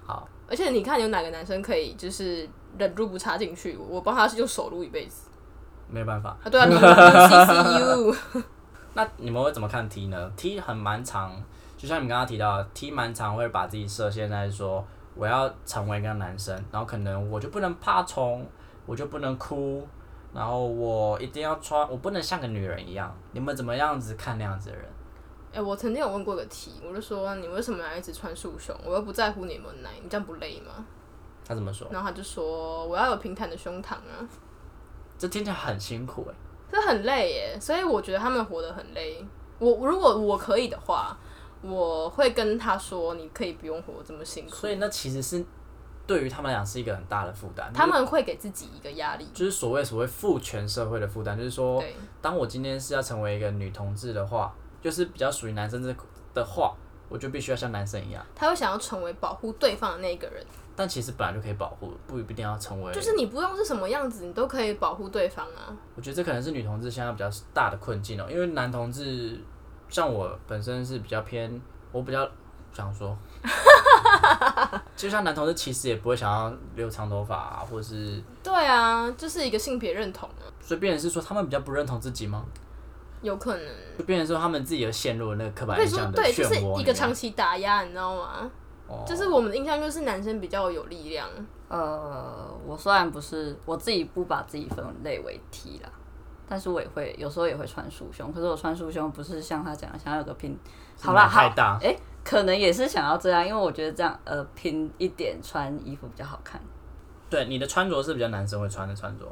Speaker 2: 好，
Speaker 3: 而且你看，有哪个男生可以就是忍住不插进去？我帮他就手撸一辈子
Speaker 2: 没有办法。
Speaker 3: 啊！对啊，你 C C U，
Speaker 2: 那你们会怎么看 T 呢？T 很蛮长，就像你们刚刚提到的，T 蛮常会把自己设限在说我要成为一个男生，然后可能我就不能怕虫，我就不能哭，然后我一定要穿，我不能像个女人一样。你们怎么样子看那样子的人？
Speaker 3: 哎、我曾经有问过个题，我就说你为什么要一直穿束胸？我又不在乎你有没有奶，你这样不累吗？
Speaker 2: 他怎么说？
Speaker 3: 然后他就说我要有平坦的胸膛啊，
Speaker 2: 这听起来很辛苦哎、
Speaker 3: 这很累耶。所以我觉得他们活得很累。我如果我可以的话，我会跟他说你可以不用活得这么辛苦。
Speaker 2: 所以那其实是对于他们俩是一个很大的负担。
Speaker 3: 他们会给自己一个压力，
Speaker 2: 就是所谓所谓父权社会的负担，就是说
Speaker 3: 对，
Speaker 2: 当我今天是要成为一个女同志的话，就是比较属于男生这的话，我就必须要像男生一样。
Speaker 3: 他会想要成为保护对方的那个人。
Speaker 2: 但其实本来就可以保护，不一定要成为。
Speaker 3: 就是你不用是什么样子，你都可以保护对方啊。
Speaker 2: 我觉得这可能是女同志现在比较大的困境哦、因为男同志像我本身是比较偏，我比较想 说，就像男同志其实也不会想要留长头发、啊，或者是，
Speaker 3: 对啊，就是一个性别认同啊，
Speaker 2: 所以变成是说他们比较不认同自己吗？
Speaker 3: 有可能。
Speaker 2: 就变成说他们自己有陷入了那个刻板
Speaker 3: 可以
Speaker 2: 印
Speaker 3: 说
Speaker 2: 象的
Speaker 3: 对，
Speaker 2: 漩
Speaker 3: 就是
Speaker 2: 涡里面。
Speaker 3: 一个长期打压，你知道吗？
Speaker 2: 哦
Speaker 3: 就是我们的印象就是男生比较有力量，
Speaker 4: 呃，我虽然不是我自己不把自己分类为 T 啦，但是我也会有时候也会穿束胸，可是我穿束胸不是像他讲的想要有个拼，
Speaker 2: 是
Speaker 4: 好啦，
Speaker 2: 奶太
Speaker 4: 好，
Speaker 2: 大
Speaker 4: 哎、可能也是想要这样，因为我觉得这样呃拼一点穿衣服比较好看，
Speaker 2: 对你的穿着是比较男生会穿的穿着。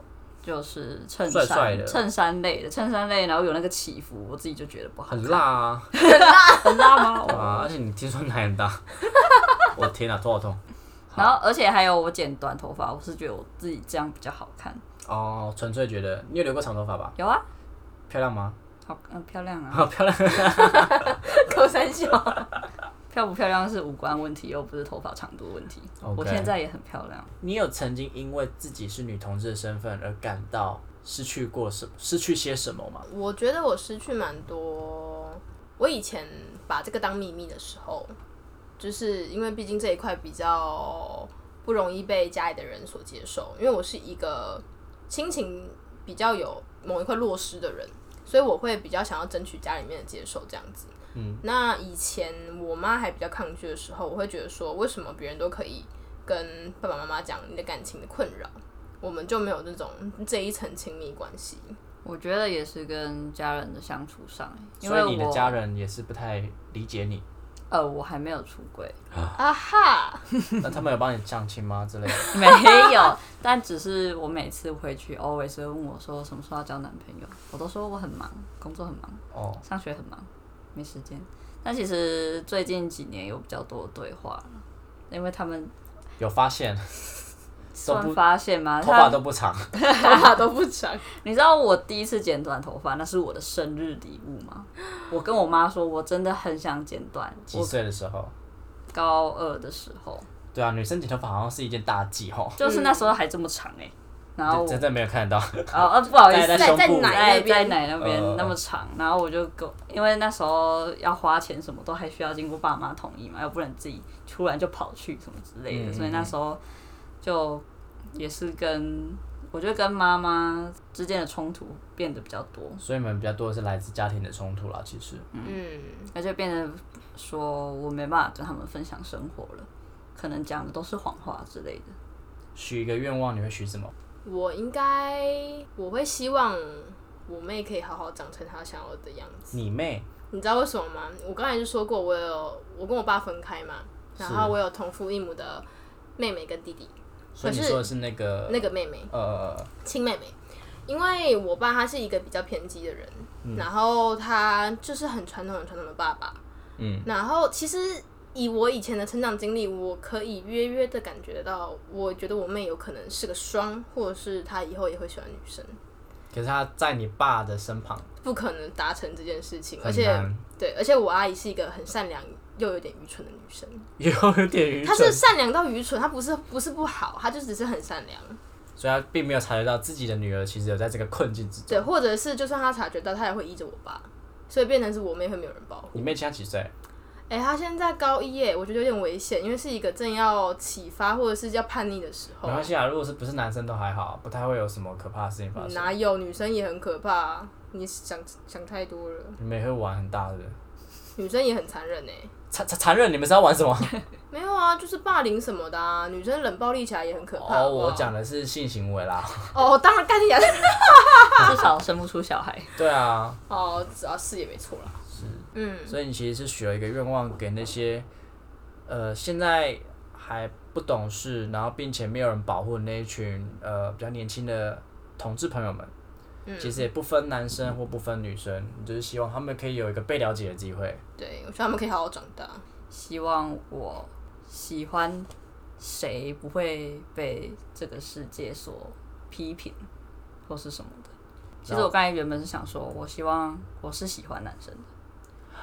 Speaker 4: 就是衬
Speaker 2: 帅帅的
Speaker 4: 衫、衬衫类的衬衫类，然后有那个起伏，我自己就觉得不好看哦
Speaker 2: 很辣啊！
Speaker 4: 很辣 吗？
Speaker 2: 啊，而且你听说奶很 大，我天啊，头好痛！
Speaker 4: 然后而且还有我剪短头发，我是觉得我自己这样比较好看，
Speaker 2: 哦，纯粹觉得你有留过长头发吧？
Speaker 4: 有啊，
Speaker 2: 漂亮吗？
Speaker 4: 好嗯、漂亮啊，
Speaker 2: 好漂 亮！
Speaker 3: 扣三笑。
Speaker 4: 漂不漂亮是无关问题，又不是头发长度问题。
Speaker 2: OK
Speaker 4: 我现在也很漂亮，
Speaker 2: 你有曾经因为自己是女同志的身份而感到失去过什失去些什么吗？
Speaker 3: 我觉得我失去蛮多。我以前把这个当秘密的时候，就是因为毕竟这一块比较不容易被家里的人所接受，因为我是一个亲情比较有某一块落失的人，所以我会比较想要争取家里面的接受这样子。嗯，那以前我妈还比较抗拒的时候，我会觉得说，为什么别人都可以跟爸爸妈妈讲你的感情的困扰，我们就没有那种这一层亲密关系。
Speaker 4: 我觉得也是跟家人的相处上，因
Speaker 2: 所
Speaker 4: 为
Speaker 2: 以你的
Speaker 4: 我
Speaker 2: 家人也是不太理解你。
Speaker 4: 呃我还没有出轨，
Speaker 3: 啊哈，
Speaker 2: 那他们有帮你相亲吗之类的？
Speaker 4: 没有，但只是我每次回去 always 会问我说什么时候要交男朋友，我都说我很忙，工作很忙，
Speaker 2: 哦，
Speaker 4: 上学很忙，没时间。但其实最近几年有比较多的对话了，因为他们
Speaker 2: 有发现，
Speaker 4: 算发现吗？
Speaker 2: 头发
Speaker 4: 他
Speaker 2: 都不长，
Speaker 3: 头发 都不长，
Speaker 4: 你知道我第一次剪短头发，那是我的生日礼物吗？我跟我妈说，我真的很想剪短。
Speaker 2: 几
Speaker 4: 我
Speaker 2: 岁的时候？
Speaker 4: 高二的时候，
Speaker 2: 对啊，女生剪头发好像是一件大忌吼，
Speaker 4: 就是那时候还这么长哎、然后
Speaker 2: 真
Speaker 4: 我
Speaker 2: 真正没有看得到。
Speaker 4: 哦呃不好意思，
Speaker 2: 在
Speaker 4: 在
Speaker 2: 胸部
Speaker 3: 奶那边
Speaker 4: 在奶那
Speaker 2: 呃
Speaker 4: 边那么长，然后我就跟，因为那时候要花钱什么都还需要经过爸妈同意嘛，要不然自己突然就跑去什么之类的，
Speaker 2: 嗯
Speaker 4: 所以那时候就也是跟我觉得跟妈妈之间的冲突变得比较多，
Speaker 2: 所以你们比较多的是来自家庭的冲突啦，其实。
Speaker 3: 嗯，
Speaker 4: 而且变得说我没办法跟他们分享生活了，可能讲的都是谎话之类的。
Speaker 2: 许一个愿望，你会许什么？
Speaker 3: 我应该我会希望我妹可以好好长成她想要的样子。
Speaker 2: 你妹
Speaker 3: 你知道为什么吗？我刚才就说过，我有我跟我爸分开嘛，然后我有同父异母的妹妹跟弟弟，
Speaker 2: 所以你
Speaker 3: 可是
Speaker 2: 说的是那个
Speaker 3: 那个妹妹
Speaker 2: 呃，
Speaker 3: 亲妹妹。因为我爸他是一个比较偏激的人，然后他就是很传统、很传统的爸爸。
Speaker 2: 嗯，
Speaker 3: 然后其实以我以前的成长经历，我可以约约的感觉到，我觉得我妹有可能是个双，或者是她以后也会喜欢女生，
Speaker 2: 可是她在你爸的身旁，
Speaker 3: 不可能达成这件事情。而
Speaker 2: 很
Speaker 3: 且
Speaker 2: 难，
Speaker 3: 对，而且我阿姨是一个很善良又有点愚蠢的女生。
Speaker 2: 也有点愚
Speaker 3: 他
Speaker 2: 蠢，
Speaker 3: 是善良到愚蠢，他不是不是不好，他就只是很善良。
Speaker 2: 所以她并没有察觉到自己的女儿其实有在这个困境之中。
Speaker 3: 对，或者是就算他察觉到，他也会依着我爸，所以变成是我妹会没有人保护。
Speaker 2: 你妹现在几岁？
Speaker 3: 哎、他现在高一耶，我觉得有点危险，因为是一个正要启发或者是要叛逆的时
Speaker 2: 没
Speaker 3: 候。
Speaker 2: 关系啊，如果是不是男生都还好，不太会有什么可怕的事情发生。
Speaker 3: 嗯哪有女生也很可怕？你想想太多了，
Speaker 2: 你们也会玩很大的，
Speaker 3: 女生也很残忍哎。
Speaker 2: 残残残忍，你们是要玩什么？
Speaker 3: 没有啊，就是霸凌什么的啊，女生冷暴力起来也很可怕。
Speaker 2: 哦，
Speaker 3: 好不好啊
Speaker 2: 我讲的是性行为啦。
Speaker 3: 哦，当然干你娘！
Speaker 4: 至少生不出小孩。
Speaker 2: 对啊，
Speaker 3: 哦，只要是也没错啦。是，嗯，
Speaker 2: 所以你其实是许了一个愿望给那些，呃，现在还不懂事，然后并且没有人保护的那一群呃比较年轻的同志朋友们。其实也不分男生或不分女生，你就是希望他们可以有一个被了解的机会。
Speaker 3: 对，我觉得他们可以好好长大。
Speaker 4: 希望我喜欢谁不会被这个世界所批评或是什么的。其实我刚才原本是想说，我希望我是喜欢男生的，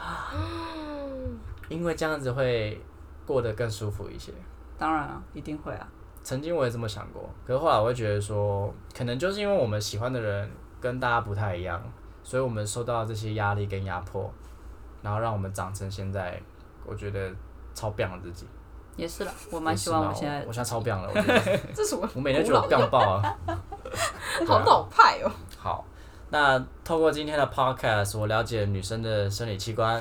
Speaker 2: 因为这样子会过得更舒服一些。
Speaker 4: 当然啊，一定会啊。
Speaker 2: 曾经我也这么想过，可是后来我会觉得说，可能就是因为我们喜欢的人跟大家不太一样，所以我们受到这些压力跟压迫，然后让我们长成现在，我觉得超棒的自己。
Speaker 4: 也是啦，我蛮喜
Speaker 2: 也
Speaker 4: 欢
Speaker 2: 是啊啦
Speaker 4: 我现在
Speaker 2: 我现在 超棒了，我觉得
Speaker 3: 这是我
Speaker 2: 我每天觉得我棒爆了。啊
Speaker 3: 好老派哦、
Speaker 2: 好，那透过今天的 podcast，我了解女生的生理器官，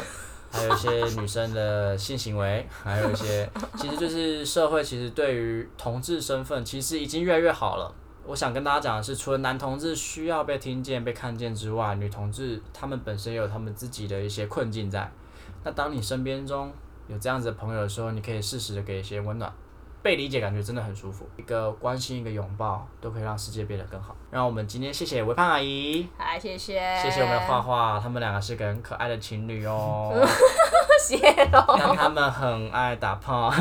Speaker 2: 还有一些女生的性行为，还有一些，其实就是社会其实对于同志身份其实已经越来越好了。我想跟大家讲的是，除了男同志需要被听见、被看见之外，女同志她们本身也有她们自己的一些困境在。那当你身边中有这样子的朋友的时候，你可以适时的给一些温暖，被理解感觉真的很舒服。一个呃关心，一个拥抱，都可以让世界变得更好。让我们今天谢谢维胖阿姨。
Speaker 3: 哎，谢谢，
Speaker 2: 谢谢我们的画画，他们两个是个很可爱的情侣哦，
Speaker 3: 谢喽，
Speaker 2: 但他们很爱打炮。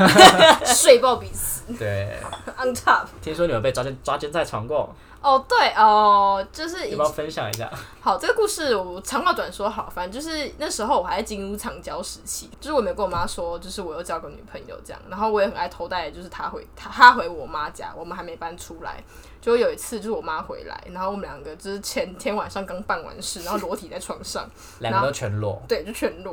Speaker 3: 睡爆彼此
Speaker 2: 对，
Speaker 3: on top。
Speaker 2: 听说你们被抓奸抓奸在床 过，
Speaker 3: 哦，对哦，就是
Speaker 2: 要
Speaker 3: 以
Speaker 2: 不要分享一下？
Speaker 3: 好这个故事，我长话短说好，反正就是那时候我还在进入长交时期，就是我没有跟我妈说，就是我又交个女朋友这样，然后我也很爱偷带，就是她回她她回我妈家，我们还没搬出来，就有一次就是我妈回来，然后我们两个就是前天晚上刚办完事，然后裸体在床上，
Speaker 2: 两个都全裸，
Speaker 3: 对，就全裸，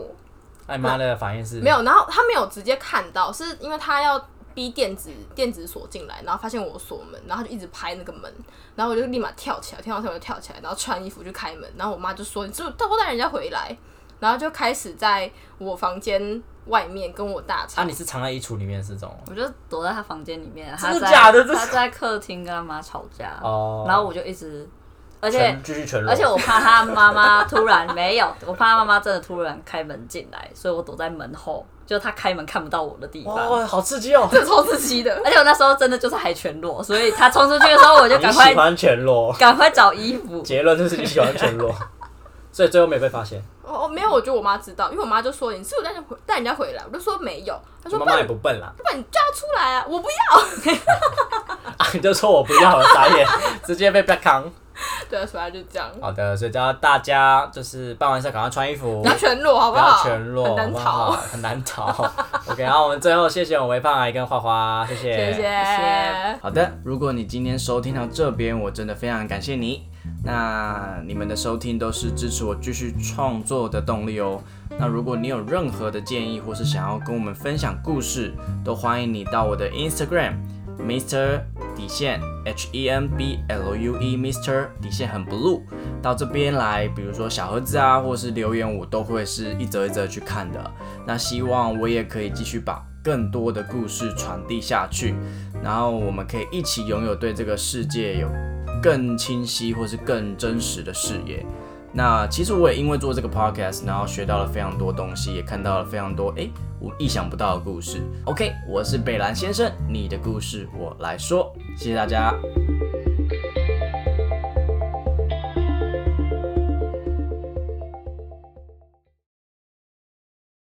Speaker 2: 那你妈的反 应是
Speaker 3: 没有，然后他没有直接看到，是因为他要逼电子电子锁进来，然后发现我锁门，然后他就一直拍那个门，然后我就立马跳起来，跳到跳我就跳起来，然后穿衣服去开门，然后我妈就说你是不是偷带人家回来，然后就开始在我房间外面跟我大吵。
Speaker 2: 啊？你是藏在衣橱里面是这种？
Speaker 4: 我就躲在他房间里面，啊
Speaker 2: 真
Speaker 4: 他
Speaker 2: 的
Speaker 4: 在
Speaker 2: 假的这是
Speaker 4: 他在客厅跟他妈吵架，啊
Speaker 2: 哦
Speaker 4: 然后我就一直而且
Speaker 2: 全继续全裸，
Speaker 4: 而且我怕他妈妈突然没有，我怕他妈妈真的突然开门进来，所以我躲在门后，就他开门看不到我的地方。
Speaker 2: 哇，好刺激哦！
Speaker 3: 这超刺激的。
Speaker 4: 而且我那时候真的就是还全裸，所以他冲出去的时候，我就
Speaker 2: 你
Speaker 4: 赶
Speaker 2: 喜
Speaker 4: 快
Speaker 2: 欢全裸，
Speaker 4: 赶快找衣服。
Speaker 2: 结论就是你喜欢全 裸，所以最后没有被发现。
Speaker 3: 哦，哦没有，我觉得我妈知道，因为我妈就说你是不是带人回带人家回来，我就说没有，她说
Speaker 2: 妈
Speaker 3: 不
Speaker 2: 妈也
Speaker 3: 然
Speaker 2: 不笨啦，
Speaker 3: 不然你叫她出来啊，我不要。
Speaker 2: 啊， 你就说我不要了，傻眼， 直接被 black 扛。
Speaker 3: 对，所以她就这样，
Speaker 2: 好的，所以叫大家就是办完事赶快穿衣服
Speaker 3: 不，要全裸好
Speaker 2: 不要
Speaker 3: 好？
Speaker 2: 全裸，
Speaker 3: 很
Speaker 2: 好
Speaker 3: 难
Speaker 2: 不好
Speaker 3: 逃。
Speaker 2: 很难逃。OK，然后 我们最后谢谢我们微胖阿姨跟花花，谢谢，
Speaker 3: 谢谢
Speaker 4: 谢，
Speaker 1: 好的，如果你今天收听到这边，我真的非常感谢你。那你们的收听都是支持我继续创作的动力哦。那如果你有任何的建议，或是想要跟我们分享故事，都欢迎你到我的 Instagram Mr 底线 H E N B L U E Mr 底线很 blue 到这边来，比如说小盒子啊，或是留言，我都会是一则一则去看的。那希望我也可以继续把更多的故事传递下去，然后我们可以一起拥有对这个世界有更清晰或是更真实的视野。那其实我也因为做这个 podcast，然后学到了非常多东西，也看到了非常多诶我意想不到的故事。OK，我是北兰先生，你的故事我来说，谢谢大家，